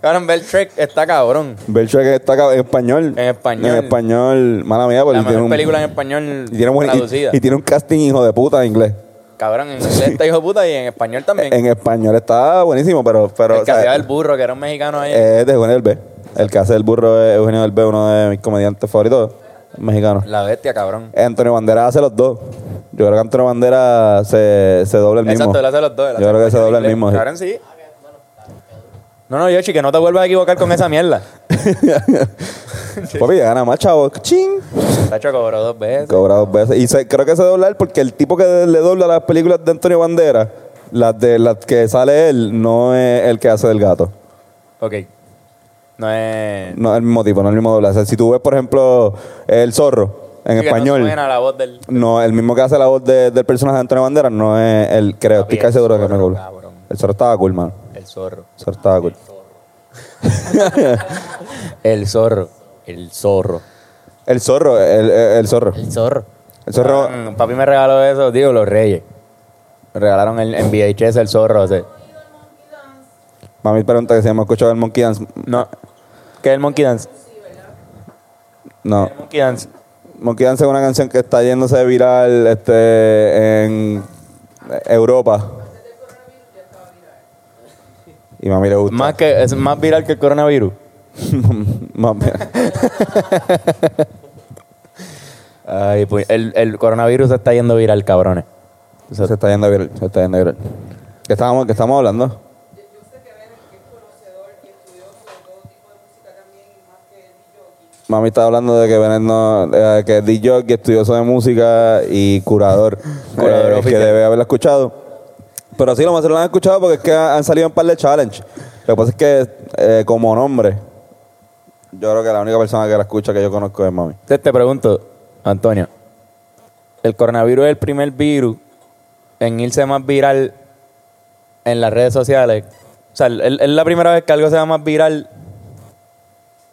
B: Cabrón, ver Trek está cabrón.
A: Ver Shrek está acá en español.
B: En español.
A: En español, mala mía, porque
B: La
A: tiene
B: mejor
A: un-
B: película en español
A: Y tiene, buen- y-
B: traducida.
A: y tiene un casting hijo de puta en inglés.
B: Cabrón, en inglés está hijo de puta y en español también.
A: En español está buenísimo, pero. pero
B: el que
A: o sea, eh.
B: hacía el burro, que era un mexicano ahí.
A: es de Eugenio Derbez. El que hace el burro es Eugenio Derbez, uno de mis comediantes favoritos mexicanos.
B: La bestia, cabrón.
A: Antonio Banderas hace los dos. Yo creo que Antonio Banderas se, se dobla el mismo.
B: Exacto, él hace los dos. él hace
A: Yo creo que
B: los
A: se
B: dos
A: dobla el
B: inglés.
A: mismo. sí.
B: Cabrón, sí. No, no, Yoshi, que no te vuelvas a equivocar con esa mierda.
A: Papi, gana más, chavo. ¡Ching!
B: Tacho cobró dos veces.
A: Cobra dos veces. Y se- creo que se dobla él porque el tipo que le dobla las películas de Antonio Banderas, las de las que sale él, no es el que hace del gato.
B: Ok. No es...
A: No es el mismo tipo, no es el mismo doblaje. O sea, si tú ves, por ejemplo, El Zorro en
B: Sí, que
A: español.
B: No suena la voz del...
A: No, el mismo que hace la voz de- del personaje de Antonio Banderas no es el, creo, estoy casi seguro que no es
B: zorro,
A: el
B: cabrón.
A: El zorro estaba cool, mano.
B: El zorro.
A: El zorro estaba cool.
B: El zorro. El zorro.
A: El zorro, el, el, el zorro.
E: El zorro.
A: El zorro,
B: Mm, Papi me regaló eso, digo, los reyes. Me regalaron el, en VHS el zorro. o sea.
A: mami pregunta que si hemos escuchado el Monkey Dance.
B: No. ¿Qué es el Monkey Dance?
A: No.
B: El Monkey Dance.
A: Monkey Dance es una canción que está yéndose viral este, en Europa. Y mami le gusta.
B: Más que, es más viral que el coronavirus.
A: Mami.
B: Ay, pues el, el coronavirus se está yendo viral, cabrones.
A: Se está yendo viral, se está yendo viral. ¿Qué estábamos, qué estábamos hablando? Mami está hablando de que Benet no, eh, que es DJ, que estudioso de música y curador,
B: Curador
A: eh, que
B: oficial.
A: debe haberla escuchado. Pero sí, lo más seguro lo han escuchado porque es que han salido un par de challenge. Lo que pasa es que eh, como nombre, yo creo que la única persona que la escucha que yo conozco es Mami.
B: Te, te pregunto, Antonio. El coronavirus es el primer virus en irse más viral en las redes sociales. O sea, el- el- es la primera vez que algo se va más viral.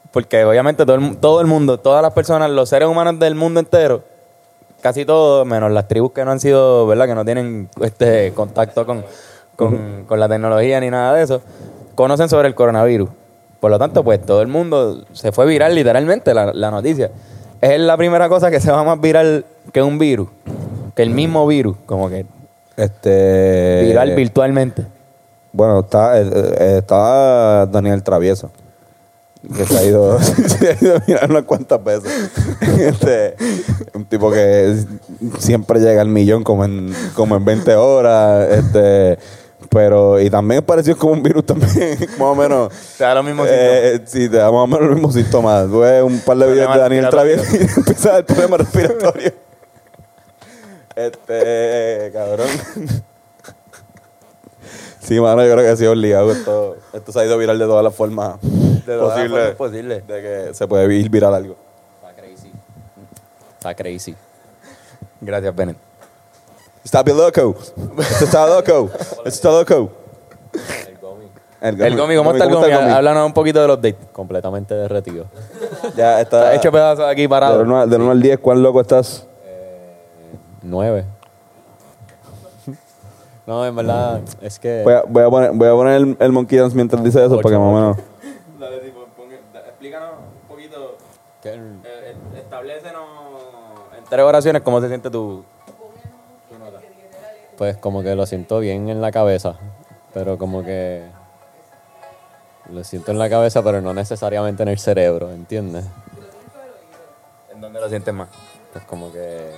B: Porque obviamente todo el, mu- todo el mundo, todas las personas, los seres humanos del mundo entero, casi todos, menos las tribus que no han sido, ¿verdad? Que no tienen este contacto con, con, con la tecnología ni nada de eso, conocen sobre el coronavirus. Por lo tanto, pues todo el mundo se fue viral literalmente la, la noticia. Es la primera cosa que se va más viral que un virus, que el mismo virus, como que
A: Este,
B: Eh, viral virtualmente.
A: Bueno, está, eh, eh, está Daniel Travieso. Que se ha ido, se ha ido a mirar unas cuantas veces. Este, un tipo que es- siempre llega al millón como en, como en 20 horas. Este, pero, y también pareció como un virus también, más o menos.
B: Te da lo mismo
A: Eh, sí, te da más o menos los mismos síntomas. Tú ves un par de videos
B: Problema
A: de Daniel
B: respiratorio.
A: Travieso y empieza el problema respiratorio. Este, cabrón. Sí, mano, yo creo que sí, obligado. Esto, esto se ha ido viral de todas las formas posibles.
B: posible.
A: De que se puede ir viral algo.
D: Está crazy. Está crazy.
B: Gracias, Benet.
A: Está bien loco. Esto está loco. Esto está loco.
B: El cómico, ¿cómo está el cómico? Háblanos un poquito del update.
D: Completamente derretido.
A: Ya está,
B: Está hecho pedazos aquí
A: Del
B: parado.
A: 1 al- del 1 al 10, ¿cuán loco estás?
D: eh, Nueve. No, en verdad, es que...
A: Voy a, voy a poner, voy a poner el, el Monkey Dance mientras dice eso,
D: Ocho,
A: porque más o menos.
B: Dale, tipo, explícanos un poquito.
D: que-
B: Establecenos en tres oraciones cómo se siente tu.
D: Pues como que lo siento bien en la cabeza, pero como que lo siento en la cabeza, pero no necesariamente en el cerebro, ¿entiendes?
B: ¿En dónde lo sientes más?
D: Pues como que...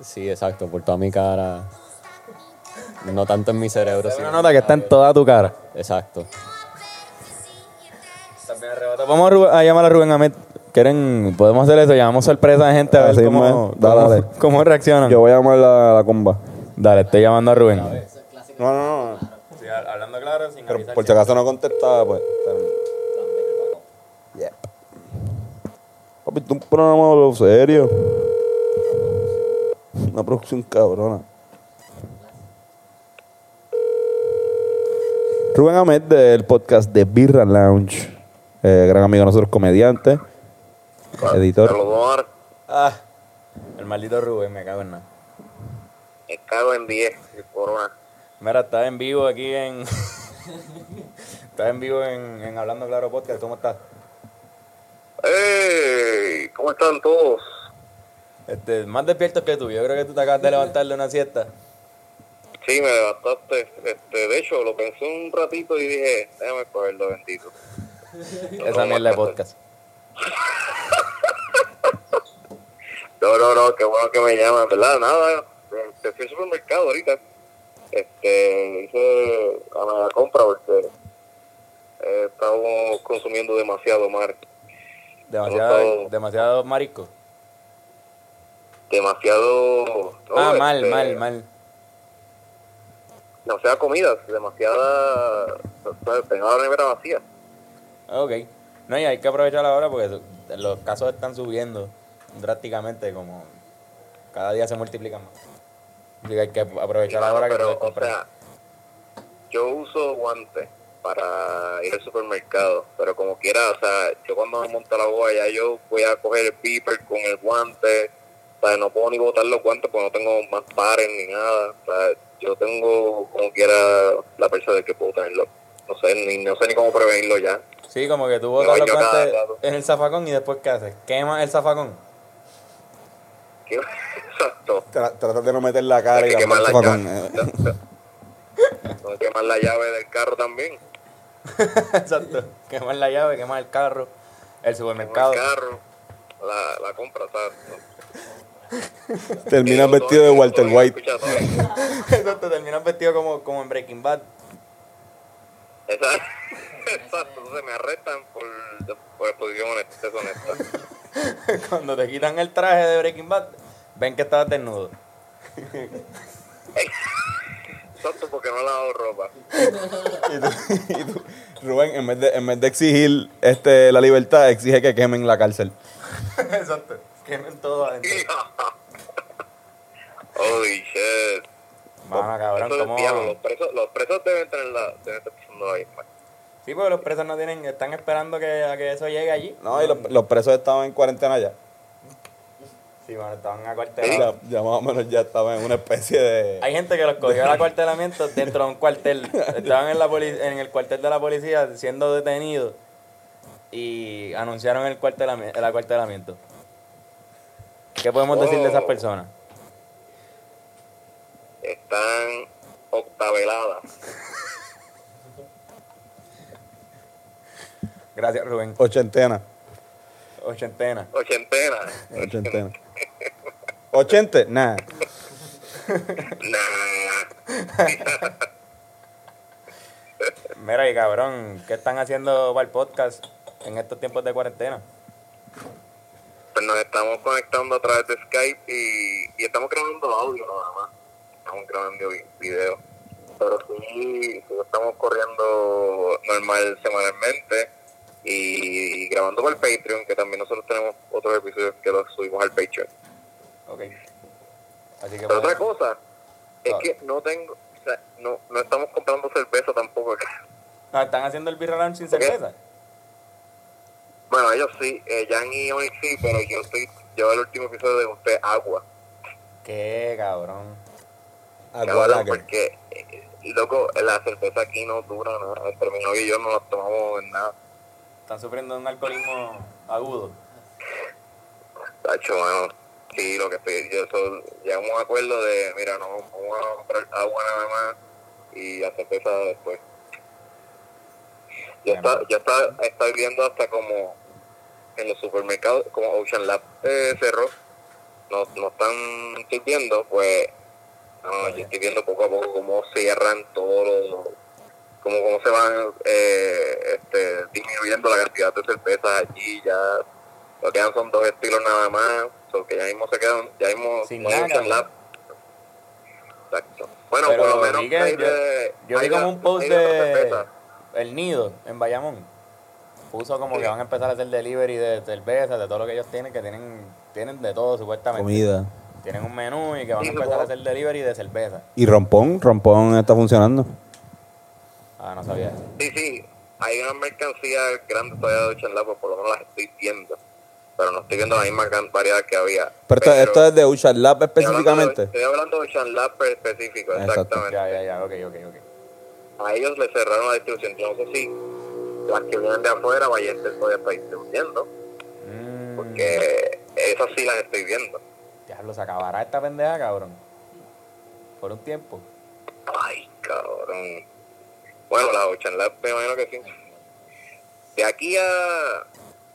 D: Sí, exacto, por toda mi cara. No tanto en mi cerebro,
B: Es una
D: sino...
B: nota que está en toda tu cara.
D: Exacto.
B: Vamos a, Ru- a llamar a Rubén Ahmed. ¿Quieren? Podemos hacer eso. Llamamos sorpresa a gente a
A: Así
B: ver cómo,
A: mismo es. Dale,
B: cómo-
A: dale.
B: cómo reaccionan.
A: Yo voy a llamar la, la comba.
B: Dale, estoy llamando a Rubén.
A: No, no, no.
B: hablando claro, sin
A: Pero por si acaso no contestaba, pues. Yeah. Papi, tú un programa lo serio. Una producción cabrona. Rubén Ahmed del podcast de Birra Lounge. Eh, gran amigo de nosotros, comediante, editor.
G: Salomón,
B: Ah. el maldito Rubén, me cago en nada.
G: me cago en 10, el corona.
B: Mira, estás en vivo aquí en. estás en vivo en, en Hablando Claro Podcast. ¿Cómo estás?
G: ¡Ey! ¿Cómo están todos?
B: Este, más despierto que tú. Yo creo que tú te acabas de levantar de una siesta.
G: Sí, me levantaste. Este, de hecho, lo pensé un ratito y dije, déjame cogerlo, bendito.
B: Esa mierda de podcast.
G: No, no, no, qué bueno que me llaman, ¿verdad? Nada, este, fui al supermercado ahorita. Este, hice a la compra porque eh, estábamos consumiendo demasiado mar,
B: Demasiado, demasiado marisco.
G: demasiado...
B: ah,
G: no,
B: mal,
G: este,
B: mal, mal.
G: Demasiada comida, demasiada... Tengo la nevera vacía.
B: Ok. No, y hay que aprovechar ahora porque so- los casos están subiendo drásticamente, como cada día se multiplican más. Así que hay que aprovechar
G: Claro,
B: ahora que
G: pero,
B: puedes comprar.
G: o sea, yo uso guantes para ir al supermercado, pero como quiera, o sea, yo cuando me monto la boa ya yo voy a coger el piper con el guante, o sea, no puedo ni botar los guantes porque no tengo más pares ni nada, o sea, yo tengo como quiera la persona de que puedo tenerlo, no sé ni, no sé ni cómo prevenirlo ya.
B: sí, como que tú
G: No,
B: botas los
G: yo cada
B: guantes
G: rato.
B: en el zafacón y después ¿qué haces? Quemas el zafacón.
G: ¿Qué? Exacto.
A: Tra- Trata de no meter la cara
G: Hay
A: y
G: que
A: la
G: quemar la
A: mano con.
G: llave.
A: eh,
G: Tengo que quemar la llave del carro también,
B: Exacto. Quemas la llave, quemas el carro, el
G: el
B: supermercado.
G: carro, la, la compra, o sea,
A: Terminas vestido de Walter White.
B: Exacto, terminas vestido como, como en Breaking Bad.
G: Exacto, Exacto, entonces me arrestan por, por exposición honesta, deshonesta.
B: Cuando te quitan el traje de Breaking Bad, ven que estabas desnudo.
G: Exacto, porque no he lavado ropa.
A: Y tú- y tú- Rubén, en vez de, en vez de exigir este, la libertad, exige que quemen la cárcel.
B: Exacto. Quemen todo adentro.
G: Holy shit.
B: Mano, cabrón,
G: Eso es
B: ¿cómo?
G: diablo, los presos, los presos deben tener la, deben estar pasando la misma.
B: Sí, porque los presos no tienen, están esperando que, a que eso llegue allí.
A: No, y los, los presos estaban en cuarentena ya.
B: Sí, bueno, estaban
A: Ya,
B: acuartelados.
A: ya más o menos ya estaban en una especie de...
B: Hay gente que los cogió al acuartelamiento dentro de un cuartel. Estaban en, la poli- en el cuartel de la policía siendo detenidos y anunciaron el, cuartelami- el acuartelamiento. ¿Qué podemos decir de esas
G: Oh.
B: personas?
G: Están octavelada.
B: Gracias, Rubén.
A: Ochentena.
B: Ochentena.
G: Ochentena.
A: Ochentena. Ochente, nada.
G: Nah.
B: Mira, y cabrón, ¿qué están haciendo para el podcast en estos tiempos de cuarentena?
G: Pues nos estamos conectando a través de Skype y, y estamos grabando audio nada más. Estamos grabando vi- video. Pero sí, sí estamos corriendo normal semanalmente y, grabando por Patreon, que también nosotros tenemos otros episodios que los subimos al Patreon.
B: Ok. Así que pues,
G: Pero otra
B: pueden-
G: cosa es
B: Ah.
G: que no tengo, o sea, no, no estamos comprando cerveza tampoco acá.
B: No, ah, están haciendo el beer alarm sin
G: ¿Qué?
B: cerveza.
G: Bueno, ellos sí, eh, Jan y Onyx sí, pero yo estoy, yo el último episodio de usted agua.
B: Qué cabrón.
G: Cabrón,
A: Agualaca.
G: porque, eh, loco, la cerveza aquí no dura nada. El terminó y yo no la tomamos en nada.
B: Están sufriendo un alcoholismo agudo.
G: Tacho, mano. Sí, lo que estoy yo eso, llegamos a un acuerdo de, mira, no, vamos a comprar agua nada más y la cerveza después. Yo,
B: Bien.
G: está, yo está, estoy viendo hasta como en los supermercados, como Ocean Lab eh, cerró, no, no están sirviendo, pues
B: Ah,
G: no, yo estoy viendo poco a poco cómo cierran todos los, cómo, cómo se van eh, este, disminuyendo la cantidad de cervezas allí, ya lo que quedan son dos estilos nada más, porque ya mismo se quedan, ya mismo
B: Sin
G: no hay
B: nada,
G: Ocean Lab. Exacto. Bueno,
B: Pero,
G: por lo menos
B: Miguel,
G: hay
B: yo,
G: de-
B: yo
G: hay
B: vi como
G: de-
B: un post
G: hay de otras
B: de
G: cervezas.
B: El Nido en Bayamón. Puso como
G: Sí.
B: que van a empezar a hacer delivery de cerveza, de todo lo que ellos tienen, que tienen, tienen de todo supuestamente.
A: Comida.
B: Tienen un menú y que van a
G: Sí,
B: empezar
G: supongo.
B: a hacer delivery de cerveza.
A: Y rompón, rompón está funcionando.
B: Ah, no sabía eso.
G: Sí, sí, hay una mercancía grande todavía de Ocean Lab, por lo menos las estoy viendo. Pero no estoy viendo la misma gran variedad que había.
A: Pero esto, esto es de Ushan Lab
G: estoy hablando de-
A: específicamente.
G: Estoy hablando de Ocean Lab específico,
A: Exacto.
G: exactamente.
B: Ya, ya, ya, ok, ok, ok.
G: A ellos le cerraron la distribución. Yo no sé si las que vienen de afuera, Ballester todavía está distribuyendo,
B: Mm,
G: porque esas sí las estoy viendo.
B: diablo, se acabará esta pendeja, cabrón. Por un tiempo.
G: Ay, cabrón. Bueno, las Ocean Lab me imagino que sí. De aquí a...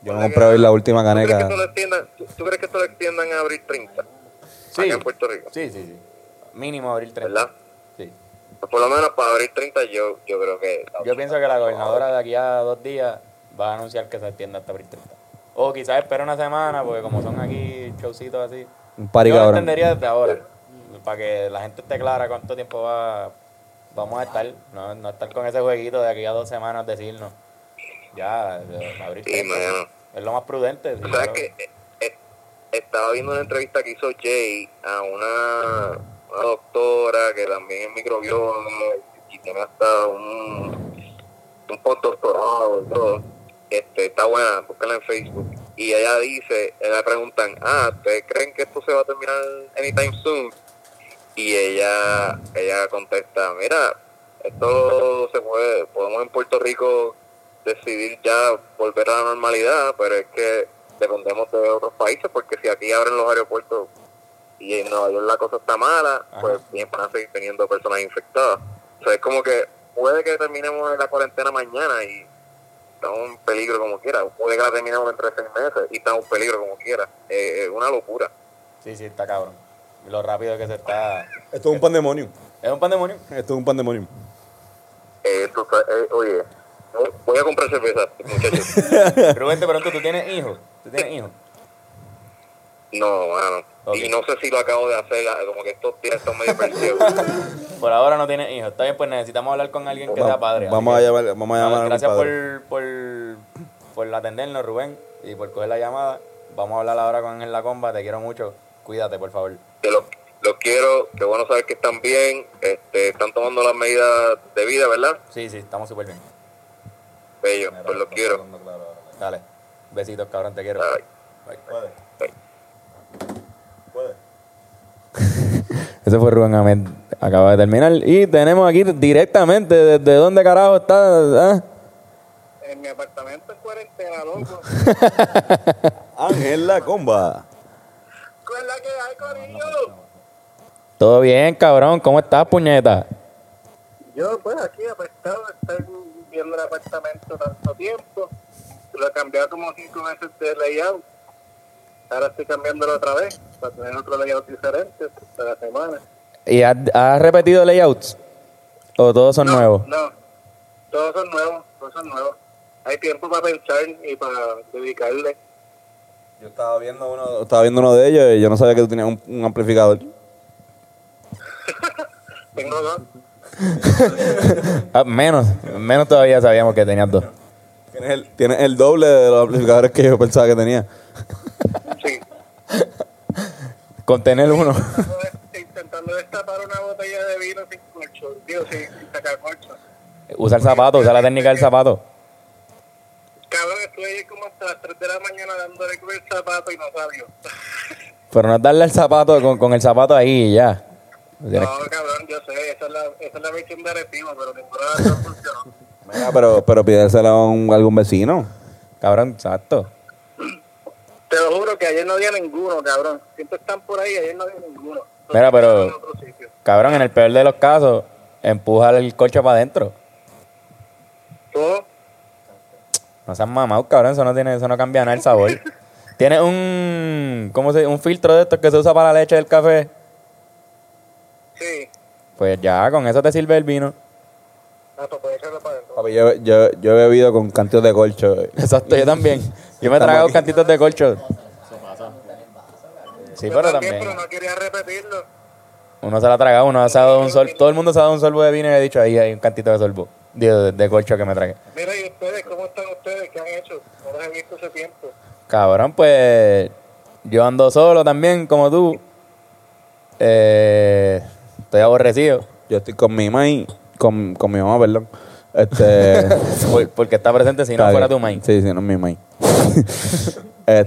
A: Yo me compré hoy la última
G: ¿Tú crees que
A: caneca.
G: esto lo extiendan, tú- tú crees que esto lo extiendan a abrir 30?
B: Sí.
G: Acá en Puerto Rico,
B: Sí, sí, sí. Mínimo abril 30.
G: ¿verdad?
B: Sí.
G: Por lo menos para abrir 30 yo, yo creo que...
B: Yo pienso que la gobernadora de aquí a dos días va a anunciar que se extiende hasta abril 30. O quizás espera una semana, porque como son aquí showcitos así.
A: Un party
B: yo lo
A: cabrón.
B: entendería desde ahora, para que la gente esté clara cuánto tiempo va vamos a estar. No, no estar con ese jueguito de aquí a dos semanas decirnos. Ya, de- abril
G: Sí,
B: 30.
G: mano.
B: es lo más prudente. sí,
G: ¿Sabes
B: claro.
G: qué? Eh, eh, Estaba viendo una entrevista que hizo Jay a una, una doctora que también es microbióloga y tiene hasta un, un postdoctorado y todo. Este, está buena, búscala en Facebook. Y ella dice, eh, le preguntan, ah, ¿ustedes creen que esto se va a terminar anytime soon? Y ella, ella contesta, mira, esto se puede, podemos en Puerto Rico decidir ya volver a la normalidad, pero es que dependemos de otros países, porque si aquí abren los aeropuertos y en Nueva York la cosa está mala,
B: Ajá.
G: pues bien van a seguir teniendo personas infectadas. O sea, es como que puede que terminemos la cuarentena mañana y estamos en peligro como quiera, puede que la terminemos dentro de seis meses y estamos en peligro como quiera. Eh, es una locura.
B: Sí, sí, está cabrón. Y Lo rápido que se está.
A: Esto es un pandemonio.
B: Es un pandemonio.
A: Esto es un pandemonio.
G: Eh, tú sa- eh, oye, no, voy a comprar cerveza, muchachos.
B: Rubén, de pronto tú tienes hijos. Tú tienes hijos.
G: No, mano.
B: Ok.
G: Y no sé si lo acabo de hacer, ah, como que estos días están medio perdidos.
B: Por ahora no tienes hijos. Está bien, pues necesitamos hablar con alguien que
A: Va-
B: sea padre. así
A: vamos, a
B: que-
A: llamar, vamos a
B: Nada,
A: llamar a
B: gracias
A: un padre.
B: por, por, por atendernos, Rubén, y por coger la llamada. Vamos a hablar ahora con En la Comba. Te quiero mucho. Cuídate, por favor.
G: que los, los quiero, que bueno saber que están bien, este, están tomando las medidas de vida, ¿verdad?
B: Sí, sí, estamos súper bien.
G: Bello,
B: Mira,
G: pues los
B: no,
G: quiero.
B: no, claro, ahora, ahora. Dale. Besitos, cabrón. Te quiero.
G: Bye.
B: Bye. Ese fue Rubén Ahmed. Acaba de terminar. Y tenemos aquí directamente desde dónde carajo está. ah?
G: En mi apartamento es cuarentena, loco.
A: Ángel La Comba.
G: ¿Cuál es la que hay, Corillo?
B: Todo bien, cabrón. ¿Cómo estás, puñeta?
G: Yo, pues, aquí apestado, estar viendo el apartamento tanto tiempo. Lo he cambiado como cinco veces de layout. Ahora estoy cambiándolo otra vez para tener otro layout diferente para la semana.
B: ¿Y has, has repetido layouts? ¿O todos son
G: no,
B: nuevos?
G: No, todos son nuevos, todos son nuevos. Hay tiempo para pensar y para dedicarle.
A: Yo estaba viendo uno, estaba viendo uno de ellos y yo no sabía que tú tenías un, un amplificador.
G: Tengo dos.
B: Ah, menos, menos todavía sabíamos que tenías dos.
A: Tienes el, tienes el doble de los amplificadores que yo pensaba que tenía.
G: Sí.
B: Con tener uno.
G: Intentando destapar una botella de vino sin corcho. Digo, sin sin sacar corcho.
B: Usa el zapato, usa la técnica del zapato.
G: Cabrón, estuve ayer como hasta las 3 de la mañana dándole con el zapato y no sabía.
B: Pero no es darle el zapato con, con el zapato ahí y ya. Tienes-
G: No, cabrón, yo sé, esa es la, esa es la versión de Arecibo, pero ninguna de las dos funcionó.
A: Mira, pero, pero pídeselo a un- algún vecino.
B: Cabrón, exacto.
G: Te lo juro que ayer no había ninguno, cabrón. Siempre están por ahí, ayer no había ninguno. Entonces,
B: Mira, pero-
G: en otro sitio.
B: Cabrón, en el peor de los casos, empuja el coche para adentro.
G: Todo,
B: No seas mamado, cabrón, eso no, tiene, eso no cambia nada el sabor. Tiene un, ¿cómo se dice? Un filtro de estos que se usa para la leche del café.
G: sí.
B: Pues ya, con eso te sirve el vino.
G: Ah, pues puede echarlo para adentro.
A: Papi, yo, yo, yo he bebido con cantos de corcho.
B: Exacto, yo también. Yo me he tragado cantitos de corcho. Sí,
G: Yo
B: pero también.
G: Pero no quería repetirlo.
B: Uno se la ha tragado, uno se ha dado un sol. Todo el mundo se ha dado un sorbo de vino y he dicho, ahí hay un cantito de sorbo. Digo, de, de corcho que me tragué.
G: Mira, ¿y ustedes cómo están ustedes? ¿Qué han hecho? No los he visto hace tiempo.
B: Cabrón, pues yo ando solo también, como tú. Eh, estoy aborrecido.
A: Yo estoy con mi mãe, con, con mi mamá, perdón. Este,
B: Por- porque está presente si no
A: está
B: fuera
A: bien.
B: tu main.
A: Sí, sí, no es mi mãe. Eh,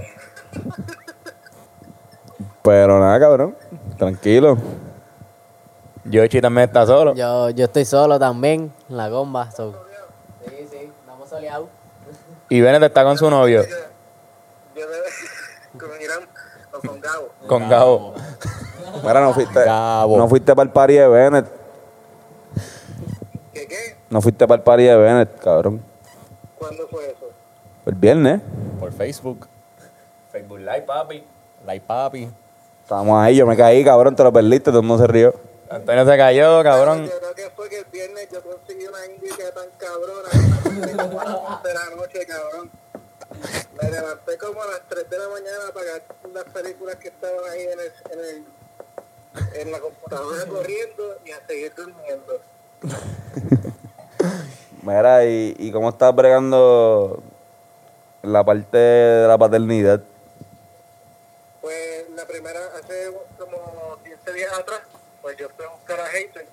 A: pero nada, cabrón. Tranquilo.
B: Yoichi también está solo.
E: Yo, yo estoy solo también, en la gomba. so. Sí, sí, estamos soleados.
B: Y Bennett está con su novio,
G: Yo de, con Irán o con Gabo.
B: con Gabo.
A: Mira, no fuiste,
D: Gabo.
A: no fuiste para el party de Bennett.
G: ¿Qué qué?
A: No fuiste para el party de Bennett, cabrón.
G: ¿Cuándo fue eso?
A: El viernes.
D: Por Facebook. Facebook Live, papi. Live, papi.
A: Estábamos ahí, yo me caí, cabrón, te lo perdiste, todo el mundo se rió.
B: Antonio se cayó, cabrón.
G: Yo creo que fue que el viernes yo conseguí una indica tan cabrona que me acosté como a las 11 de la noche, cabrón. Me levanté como a las 3 de la mañana para ver las películas que estaban ahí en, el, en, el, en la computadora corriendo y a seguir durmiendo.
A: Mira, ¿y, y cómo estás bregando la parte de la paternidad?
G: Pues la primera, hace como 15 días atrás, pues yo fui a buscar a Hayden.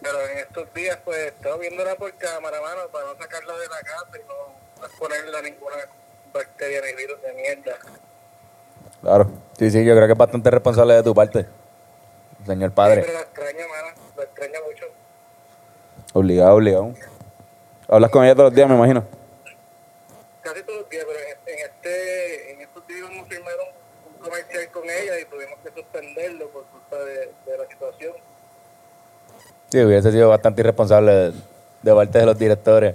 G: Pero en estos días, pues estaba viéndola por cámara, mano, para no sacarla de la casa y no exponerla a ninguna bacteria ni virus de mierda.
A: Claro.
B: Sí, sí, yo creo que es bastante responsable de tu parte, señor padre.
G: Pero la extraño, mano, la extraño mucho.
A: Obligado, obligado. Hablas con ella todos los días, me imagino.
G: Casi todos los días, pero en, este- en este, en estos días hemos firmado un, un comercial con ella y tuvimos que suspenderlo por culpa de, de la situación.
B: Sí, hubiese sido bastante irresponsable de, de parte de los directores.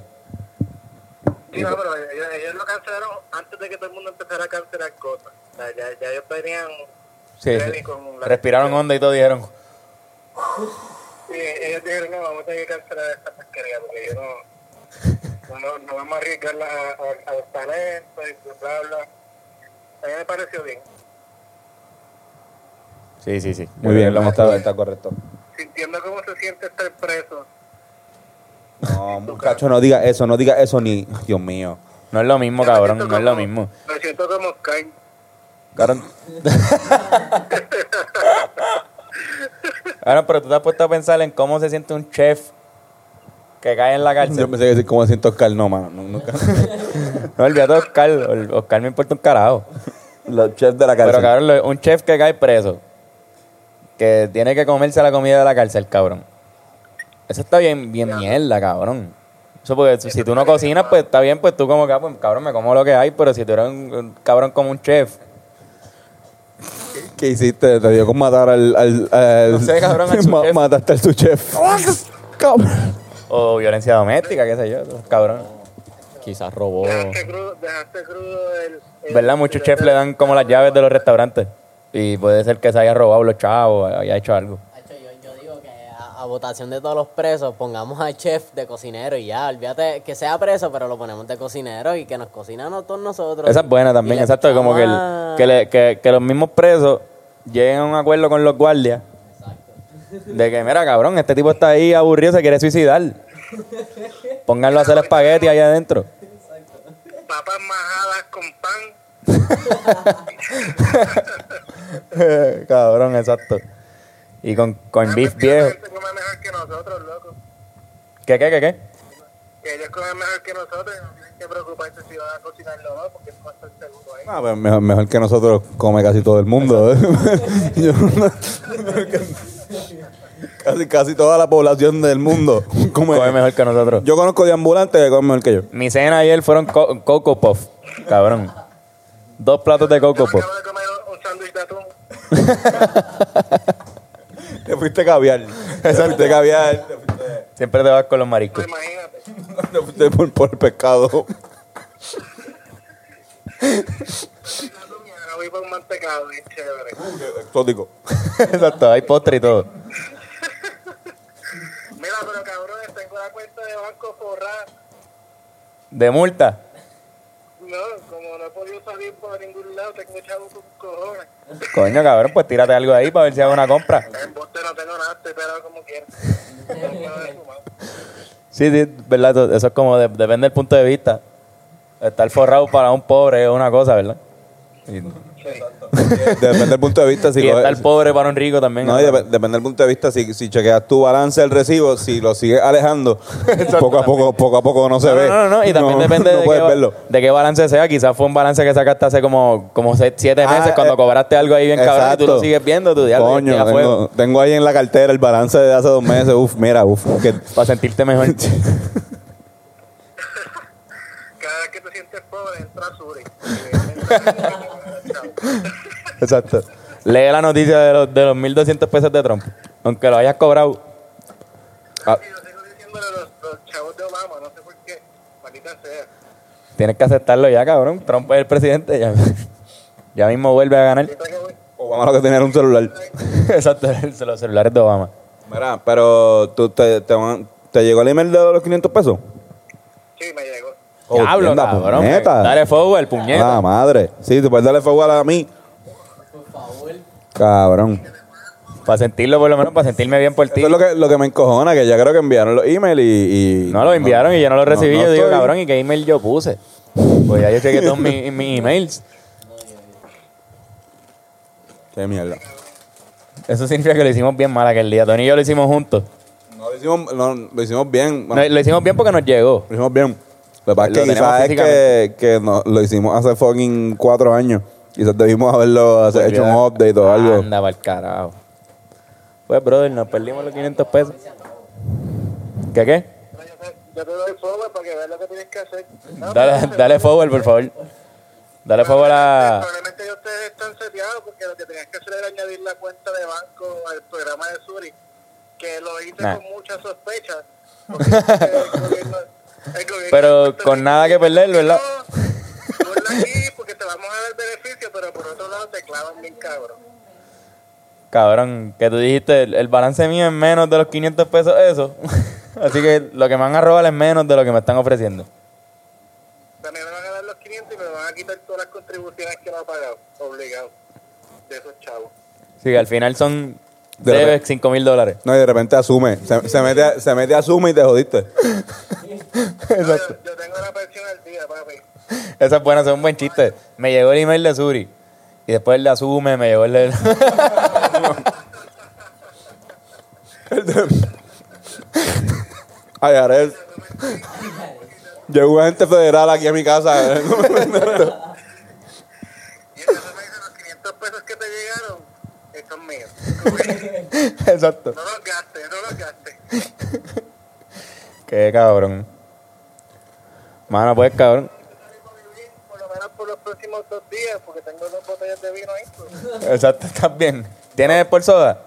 G: Sí, no, pero ellos, ellos lo cancelaron antes de que todo el mundo empezara a cancelar cosas. O sea, ya, ya ellos tenían...
B: Sí,
G: ready
B: sí.
G: con la-
B: respiraron onda y todo dijeron,
G: Sí, ellos dijeron, no, vamos a tener que cancelar esta pesquería porque yo no, no, no vamos a arriesgarla a, a, a los talentos y bla, bla. A mí me pareció bien.
B: sí, sí, sí.
A: Muy bien,
B: lo hemos
A: está,
B: estado.
A: está correcto.
G: Sintiendo cómo se siente estar preso.
A: No, muchacho, no digas eso, no digas eso ni. Dios mío.
B: No es lo mismo, cabrón, no es lo mismo.
G: Me siento como Sky.
A: Cabrón,
B: Ahora, pero tú te has puesto a pensar en cómo se siente un chef que cae en la
A: yo
B: cárcel.
A: pensé que decir como siento Oscar, no, mano, no, nunca.
B: No, olvídate de Oscar, Ol- Oscar me importa un carajo.
A: Los chefs de la
B: Pero
A: cárcel.
B: cabrón, lo- un chef que cae preso, que tiene que comerse la comida de la cárcel, cabrón. Eso está bien, bien mierda, cabrón. Eso porque si- si tú no cocinas, pues está bien, pues tú como que, ah, pues, cabrón, me como lo que hay, pero si tú eres un, un cabrón como un chef,
A: ¿Qué hiciste? Te dio con matar al. al, al-
B: No sé, cabrón, al su
A: ma-
B: chef.
A: Mataste al su chef.
B: cabrón. O violencia doméstica, qué sé yo, los cabrones.
D: Quizás robó.
G: Dejaste crudo, dejaste crudo el, el-
B: Oh. ¿Verdad? Muchos chefs le dan como las llaves de los restaurantes. Y puede ser que se haya robado los chavos, haya hecho algo.
E: Hacho, Yo, yo digo que a, a votación de todos los presos pongamos al chef de cocinero y ya, olvídate que sea preso, pero lo ponemos de cocinero y que nos cocinan a todos nosotros.
B: Esa es buena también,
E: Y le
B: exacto. Como que, el-
E: echamos a-
B: que, le- que- que los mismos presos lleguen a un acuerdo con los guardias. De que, mira, cabrón, este tipo está ahí aburrido, se quiere suicidar. Pónganlo a hacer espagueti allá adentro.
G: papas majadas con pan.
B: cabrón, exacto. Y con, con beef viejo.
G: Ellos comen mejor que nosotros, loco.
B: ¿Qué, qué, qué, qué?
G: Que ellos comen mejor que nosotros y no tienen que preocuparse si van a cocinarlo o no, porque no va a estar seguro ahí.
A: Ah, pues mejor, mejor que nosotros come casi todo el mundo. ¿eh? Yo- casi, casi toda la población del mundo come.
B: Come mejor que nosotros.
A: Yo conozco de ambulantes que comen mejor que yo.
B: Mi cena ayer fueron co- Coco Puff, cabrón. Dos platos de Coco Puff.
G: Acabo de comer un- un sándwich de atún.
A: Te fuiste caviar. Te fuiste caviar. Te fuiste,
B: Siempre te vas con los mariscos.
G: pues Imagínate.
A: te fuiste por, por el pescado.
G: Atún, y Ahora voy por un mantecado, bien chévere.
A: Exótico.
B: Exacto, hay postre y todo.
G: Mira, pero cabrones, tengo la cuenta de banco forrada.
B: De multa.
G: No, como no he podido salir por ningún lado, tengo chavo con cojones.
B: Coño, cabrón, pues tírate algo ahí para ver si hago una compra.
G: En bote no tengo nada, estoy pegado como quiera. Tengo de fumar.
B: Sí, sí, verdad, eso, eso es como, de- depende del punto de vista. Estar forrado para un pobre es una cosa, ¿verdad? Y,
A: Depende del punto de vista. Si
B: y
A: coges-
B: estar pobre para un rico también.
A: No, y dep- depende del punto de vista, si, si chequeas tu balance del recibo, si lo sigues alejando, poco a poco, poco a poco no se
B: no,
A: ve.
B: no, no, no, y también depende
A: no
B: de, qué,
A: puedes
B: ba-
A: verlo.
B: de qué balance sea. Quizás fue un balance que sacaste hace como, como se- siete
A: Ah,
B: meses cuando
A: eh,
B: cobraste algo ahí bien cabrón y tú
A: exacto.
B: lo sigues viendo. Tú, ya,
A: Coño,
B: ya fue,
A: tengo, tengo ahí en la cartera el balance de hace dos meses. Uf, mira, uf. que-
B: Para sentirte mejor.
G: Cada vez que te sientes pobre, entra a Suri.
B: Exacto. Lee la noticia de los, de los 1.200 pesos de Trump. Aunque lo hayas cobrado. ah,
G: Yo sigo diciéndole a los, los chavos de Obama, no sé por qué. Maldita sea.
B: Tienes que aceptarlo ya, cabrón. Trump es el presidente. Ya, ya mismo vuelve a ganar.
G: Ahorita que voy,
A: Obama lo que tenía era un celular.
B: Exacto, los celulares de Obama.
A: Mira, pero tú te, te, van- te llegó el email de los 500 pesos.
G: sí, me llegó.
A: Oh,
B: Diablo,
A: tienda,
B: cabrón.
A: puñeta. Ah.
B: Dale fuego el puñeta.
A: La madre. Sí, tú puedes darle fuego a mí. Cabrón.
B: Para sentirlo, por lo menos, para sentirme bien por ti.
A: Eso es lo que, lo que me encojona, que ya creo que enviaron los emails y, y-
B: No lo enviaron y yo no lo recibí.
A: no
B: yo digo,
A: estoy-
B: cabrón, ¿y qué email yo puse? Pues ya yo chequé todos mis, mis emails.
A: Qué mierda.
B: Eso significa que lo hicimos bien mal aquel día. Tony y yo lo hicimos juntos.
A: No, lo hicimos, no, lo hicimos bien.
B: No, lo hicimos bien porque nos llegó.
A: Lo hicimos bien. Lo que pasa es
B: Lo
A: que
B: tenemos
A: quizás es que,
B: físicamente.
A: que no- lo hicimos hace fucking cuatro años. Quizás debimos haberlo hace- hecho un update o algo.
B: Anda, pa'l carajo. Pues, brother, nos perdimos los 500 pesos. ¿Qué qué?
G: Yo te- Yo te doy forward para que veas lo que tienes que hacer. No,
B: Dale, dale forward, por favor. Dale forward a...
G: Probablemente ya ustedes están seteados porque lo que tenías que hacer era añadir la cuenta de banco al programa de Suri, que lo hice
B: Nah.
G: con mucha sospecha. porque el gobierno- el gobierno-
B: Pero con nada que perder, ¿verdad?
G: No, ponla aquí porque te vamos a dar beneficio, pero por otro lado te clavan bien cabrón.
B: Cabrón, que tú dijiste, el, el balance mío es menos de los 500 pesos, eso. Así que lo que me van a robar es menos de lo que me están ofreciendo.
G: También me van a dar los 500 y me van a quitar todas las contribuciones que no he pagado, obligado, de esos chavos.
B: Así que al final son...
A: De
B: Debes
A: repente.
B: 5 mil dólares.
A: No, y de repente asume. Se, se mete, a- se mete a asume y te jodiste.
G: No, yo, yo tengo la pensión al día, papi.
B: Esa es buena, ese es un buen chiste. Me llegó el email de Suri. Y después el de Asume, me llegó el de...
A: Ay, Arel. Llegó un agente federal aquí a mi casa.
G: Y entonces me dicen los 500 pesos que te llegaron, estos míos.
B: Exacto.
G: No los gastes, no los gastes.
B: Qué cabrón. Mano, pues, cabrón.
G: Por lo menos por los próximos dos días, porque tengo dos botellas de vino ahí. pues.
B: Exacto, estás bien. ¿Tienes por soda?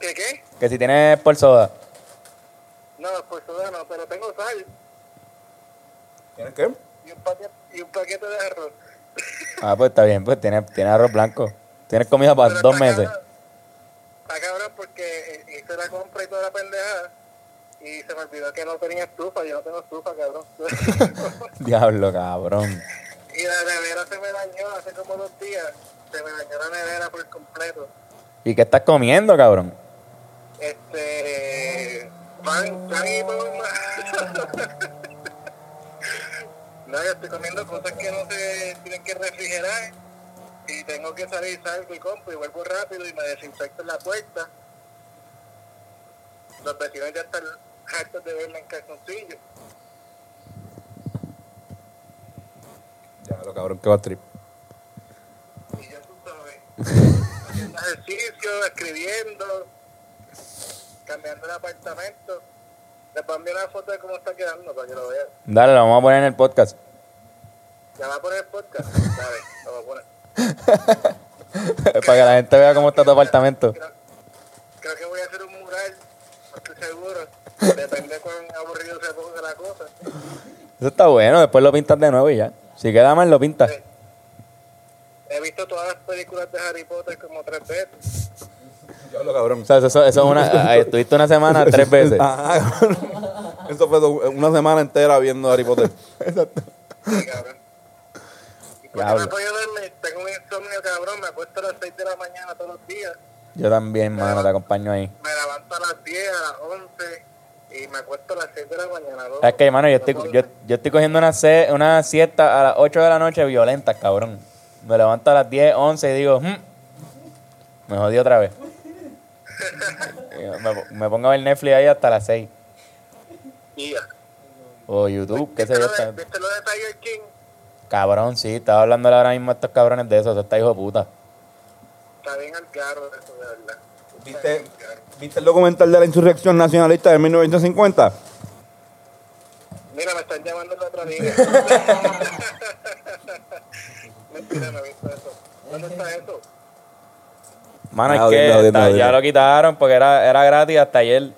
G: ¿Qué qué?
B: Que si tienes por soda.
G: No, por soda no, pero tengo sal
A: ¿Tienes qué?
G: y un paquete, y un paquete de arroz.
B: Ah, pues está bien, pues tiene, tiene arroz blanco. Tienes comida para
G: Pero
B: dos
G: está
B: meses.
G: cabrón- Está cabrón porque eh, hice la compra y toda la pendejada y se me olvidó que no tenía estufa, yo no tengo estufa, cabrón.
B: Diablo, cabrón.
G: y la nevera se me dañó hace como dos días, se me dañó la nevera por completo.
B: ¿Y qué estás comiendo, cabrón?
G: Este. Pan, pan y mamá. no, yo estoy comiendo cosas que no se tienen que refrigerar. Y tengo que salir, salgo y compro y vuelvo rápido y me desinfecto en la puerta. Los vecinos ya están hartos de verme en calzoncillo.
A: Diablo, cabrón, qué va trip.
G: Y yo tú sabes. haciendo ejercicio, escribiendo, cambiando el apartamento. Les voy a enviar una foto de cómo está quedando para que lo vean.
B: Dale, lo vamos a poner en el podcast.
G: Ya va a poner el podcast. Dale, lo voy a poner.
B: para que la gente vea Ah, cómo está tu apartamento.
G: Creo, creo que voy a hacer un mural, no estoy seguro. Depende de cuán aburrido se ponga la cosa.
B: Eso está bueno, después lo pintas de nuevo y ya. Si queda mal, lo pintas.
G: He visto todas las películas de Harry Potter como tres veces.
A: Diablo, cabrón.
B: O sea, eso, eso es una. ahí estuviste una semana tres veces.
A: Ah. Ajá, cabrón. Eso fue do- una semana entera viendo Harry Potter.
G: Y, cabrón. Y cuando
B: Diablo.
G: me voy a dormir, tengo un insomnio cabrón, me acuesto a las 6 de la mañana todos los días.
B: Yo también, mano, te acompaño ahí.
G: Me levanto a las 10, a las 11 y me acuesto a las 6 de la mañana. loco.
B: Es que, hermano, yo estoy,
G: No puedo
B: yo,
G: dormir.
B: yo estoy cogiendo una, se- una siesta a las 8 de la noche violenta, cabrón. Me levanto a las 10, 11 y digo, "Hmm, me jodí otra vez. Y me, me pongo a ver Netflix ahí hasta las 6.
G: Y ya.
B: O YouTube, qué sé
G: ¿Viste
B: yo.
G: lo de-
B: está-
G: ¿Viste lo de Tiger King?
B: Cabrón, sí, estaba hablando ahora mismo a estos cabrones de eso, eso está hijo de puta.
G: Está bien al carro eso, de verdad.
A: ¿Viste, ¿Viste el documental de la insurrección nacionalista de 1950?
G: Mira, me están llamando en la otra liga. Mentira, no he visto eso. ¿Dónde está eso?
B: Mano,
A: Ah,
B: es que
A: bien, bien,
B: está-
A: bien,
B: ya
A: bien.
B: lo quitaron porque era, era gratis hasta ayer.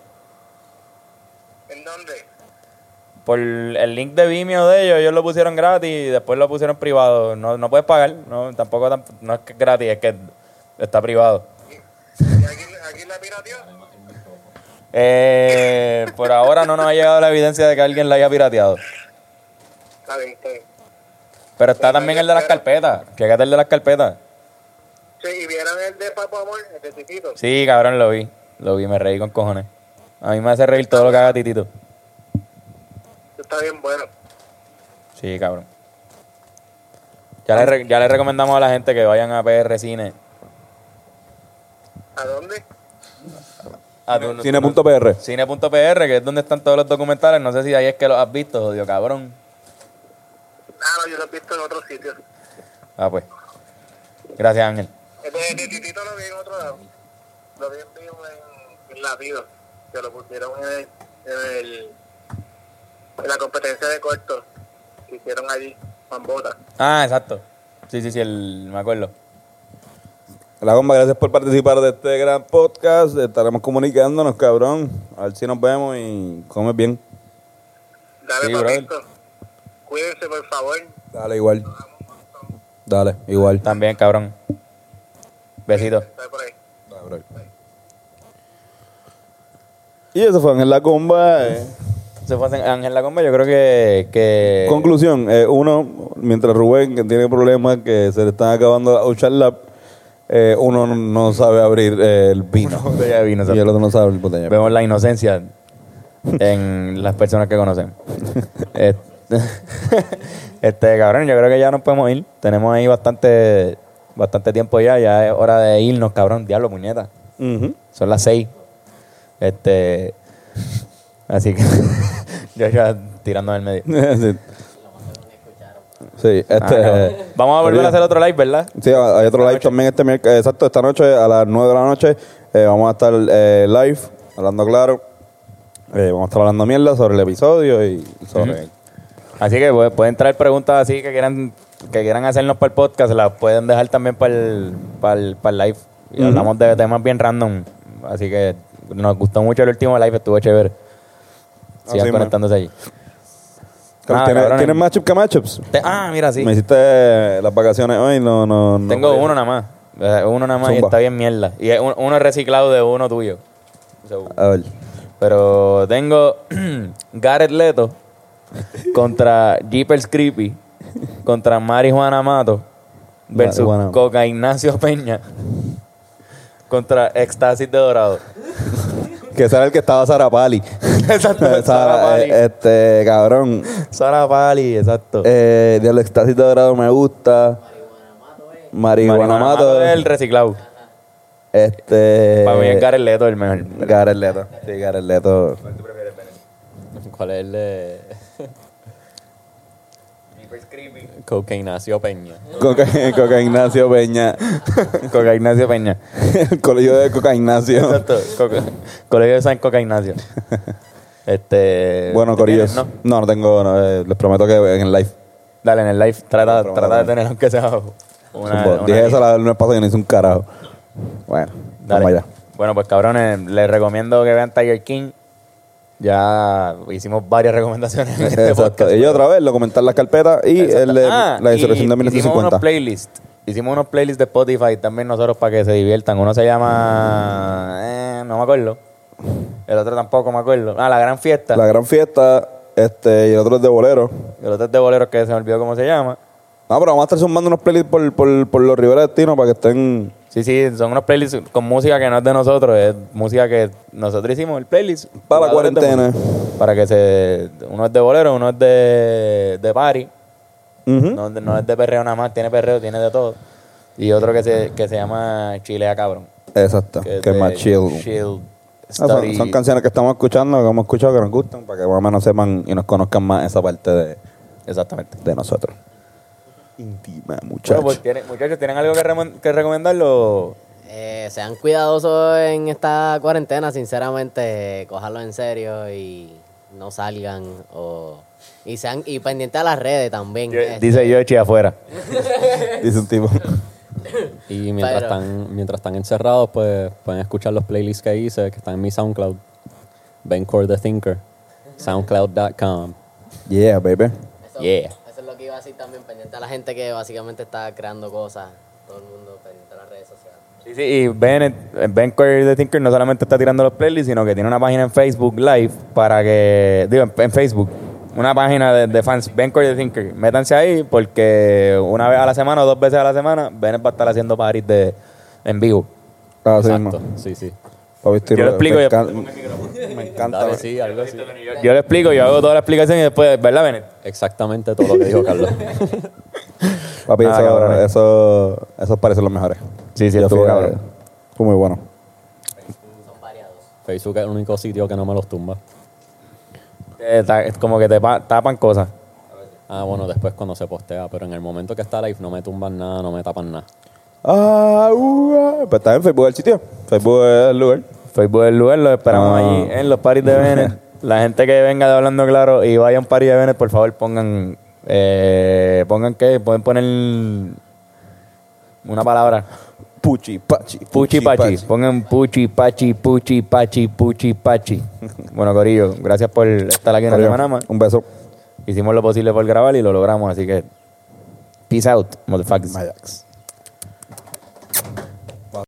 G: ¿En dónde?
B: Por el link de Vimeo de ellos, ellos lo pusieron gratis y después lo pusieron privado. No, no puedes pagar, no, tampoco tam- no es que es gratis, es que está privado.
G: ¿Y aquí, aquí la pirateó?
B: Eh, por ahora no nos ha llegado la evidencia de que alguien la haya pirateado.
G: Está bien, está bien.
B: Pero está también el de las carpetas. Chécate el de las carpetas.
G: Sí, y vieron el de Papo Amor, el de Titito.
B: Sí, cabrón, lo vi. Lo vi, me reí con cojones. A mí me hace reír todo lo que haga Titito.
G: Está bien bueno.
B: Sí, cabrón. Ya le, re- ya le recomendamos a la gente que vayan a PR Cine.
G: ¿A dónde?
B: A tu-
A: Cine.pr.
B: Cine.pr, que es donde están todos los documentales. No sé si ahí es que los has visto, jodido cabrón.
G: Ah, no, yo lo he visto en otros sitios.
B: Ah, pues. Gracias, Ángel.
G: El Este de, de Titito lo vi en otro lado. Lo vi en vivo en, en Latido, que lo pusieron en, el- en, el- en la competencia de cortos que hicieron allí, Mambota.
B: Ah, exacto. Sí, sí, sí, el, me acuerdo.
A: La bomba, gracias por participar de este gran podcast. Estaremos comunicándonos, cabrón. A ver si nos vemos y comes bien.
G: Dale,
B: Sí,
G: papito. Cuídense, por favor.
A: Dale, igual. Dale, igual.
B: También, cabrón. Besito.
G: Está por ahí.
A: Dale, bro. Y eso fue en la comba. eh.
B: Se fue a Ángel la comba, yo creo que. que
A: Conclusión, eh, uno, mientras Rubén, que tiene problemas, que se le están acabando la Ocean Lab, eh, uno no sabe abrir eh, el vino.
B: botella de vino,
A: y el otro no sabe abrir botella. de
B: Vemos la inocencia en las personas que conocen. Este, este, cabrón, yo creo que ya nos podemos ir. Tenemos ahí bastante bastante tiempo ya. Ya es hora de irnos, cabrón. Diablo, puñeta.
A: vino. Ujú.
B: Son las seis. Este. Así que. yo ya tirando en el medio.
A: sí. Sí, este.
B: Ah, cabrón. Vamos a volver a hacer otro live, ¿verdad?
A: Sí, hay otro live también este miércoles. Exacto, esta noche a las 9 de la noche eh, vamos a estar eh, live, hablando claro. Eh, vamos a estar hablando mierda sobre el episodio y sobre.
B: Así que pues, pueden traer preguntas así que quieran que quieran hacernos para el podcast, las pueden dejar también para el, para el, para el live. Y
A: Ujú.
B: hablamos de temas bien random. Así que nos gustó mucho el último live, estuvo chévere. sigan
A: Así, Ah, man.
B: conectándose allí. Nada,
A: ¿Tienes,
B: cabrón.
A: ¿tienes matchup que matchups?
B: Te- ah, mira, sí.
A: Me hiciste eh, las vacaciones hoy, no, no, no.
B: Tengo uno nada más. Eh, Uno nada más y
A: Zumba.
B: está bien mierda. Y es un- uno reciclado de uno tuyo. So,
A: A ver.
B: Pero tengo Gareth Leto contra Jeepers Creepy contra Marijuana Mato versus
A: Marijuana.
B: Coca Ignacio Peña contra Éxtasis de Dorado.
A: Que ese era el que estaba Sara Pali.
B: Exacto,
A: Sara,
B: Sara Pali.
A: eh, Este, cabrón.
B: Sara Pali, exacto.
A: Eh, de los éxtasis de dorado me gusta. Marihuana
B: Marihuana Mato
A: Mato.
B: es el reciclado.
A: Este.
B: Para mí es Gareth Leto el mejor.
A: Gareth Leto. Sí, Gareth Leto.
D: ¿Cuál es el de...? Cocainacio Peña.
A: Coca, Coca Ignacio Peña.
B: Coca Ignacio Peña.
A: El colegio de Coca Ignacio.
B: Exacto. Coca- Colegio de San Coca Ignacio. Este.
A: Bueno,
B: ¿tú
A: Corillos.
B: tienes,
A: No,
B: no?
A: no tengo. no, eh, les prometo que en el live.
B: Dale, en el live, trata,
A: Otro,
B: trata de
A: otro.
B: tener aunque sea una-
A: Zumbo.
B: una
A: Dije eso la lunes pasado y no hice un carajo. Bueno,
B: Dale.
A: vamos allá.
B: Bueno, pues cabrones, les recomiendo que vean Tiger King. Ya hicimos varias recomendaciones en este
A: Exacto.
B: podcast.
A: Y otra vez, lo comentar las carpetas y
B: Exacto.
A: el de
B: Ah,
A: la
B: y
A: insurrección de
B: Hicimos unos
A: 1950.
B: playlists. Hicimos unos playlists de Spotify también nosotros para que se diviertan. Uno se llama... eh, no me acuerdo. El otro tampoco me acuerdo. Ah, La Gran Fiesta.
A: La gran fiesta, este, y el otro es de bolero.
B: El otro es de boleros que se me olvidó cómo se llama.
A: No, pero vamos a estar sumando unos playlists por, por, por los Rivera Destino para que estén.
B: Sí, sí, son unos playlists con música que no es de nosotros, es música que nosotros hicimos, el playlist.
A: Para la
B: Jugadores de
A: cuarentena.
B: música. Para que se... Uno es de bolero, uno es de, de party,
A: Ujú.
B: no, no es de perreo nada más, tiene perreo, tiene de todo. Y otro que se, que se llama Chilea Cabrón.
A: Exacto, Ah, que, es
B: de
A: más chill.
B: Chill
A: Ah, son,
B: study.
A: son canciones que estamos escuchando, que hemos escuchado, que nos gustan, para que más o menos sepan y nos conozcan más esa parte de,
B: Exactamente.
A: de nosotros. Íntima,
B: Bueno,
A: muchachos.
B: pues, tiene- muchachos, ¿tienen algo que, remon- que recomendarlo?
E: Eh, sean cuidadosos en esta cuarentena, sinceramente, cojanlo en serio y no salgan o y sean y pendiente a las redes también. eh.
B: Dice Yoshi afuera.
A: Dice un tipo.
D: Y mientras,
E: Pero-
D: están, mientras están encerrados, pues pueden escuchar los playlists que hice, que están en mi SoundCloud. Bencore the Thinker. SoundCloud.com.
A: Yeah, baby.
E: Eso,
D: Yeah.
E: eso es lo que iba a decir también, pendiente a la gente que básicamente está creando cosas, todo el mundo pendiente a las redes sociales.
B: Sí, sí, y Ben, ben Queer the Thinker no solamente está tirando los playlists, sino que tiene una página en Facebook Live para que. Digo, en, en Facebook. Una página de, de fans, Ben Queer the Thinker. Métanse ahí porque una vez a la semana o dos veces a la semana, Ben va a estar haciendo parties de, en vivo.
A: Ah, sí,
D: Exacto.
A: ma.
D: Sí, sí.
A: Papi, estoy-
B: Yo lo explico,
A: me,
B: yo-
A: encan- me encanta.
D: Dale, sí, algo así.
B: Yo le explico, yo hago toda la explicación y después, ¿verdad, Benet?
D: Exactamente todo lo que dijo Carlos.
A: Papi,
B: Ah,
A: eso,
B: cabrones.
A: eso, esos parecen los mejores.
B: Sí, sí,
A: Yo
B: estuvo
A: fui,
B: cabrón.
A: eh, Estuvo muy bueno.
D: Facebook es el único sitio que no me los tumba.
B: Eh, ta- es como que te pa- tapan cosas.
D: Ah, bueno, después cuando se postea, pero en el momento que está live no me tumban nada, no me tapan nada.
A: Ah, uh, ah. Pues está en Facebook el sitio. Facebook es el lugar.
B: Facebook del lugar, los esperamos
A: Ah.
B: allí en los paris de Venet. La gente que venga de Hablando Claro y vaya a un party de Venet, por favor pongan, eh, pongan que pueden poner una palabra.
A: Puchi, pachi.
B: Puchi Pachi.
A: pachi.
B: Pongan Puchi Pachi, Puchi Pachi, Puchi Pachi. Bueno, Corillo, gracias por estar aquí una
A: Adiós.
B: semana más.
A: Un beso.
B: Hicimos lo posible por grabar y lo logramos, así que peace out, motherfuckers.
A: Mayax.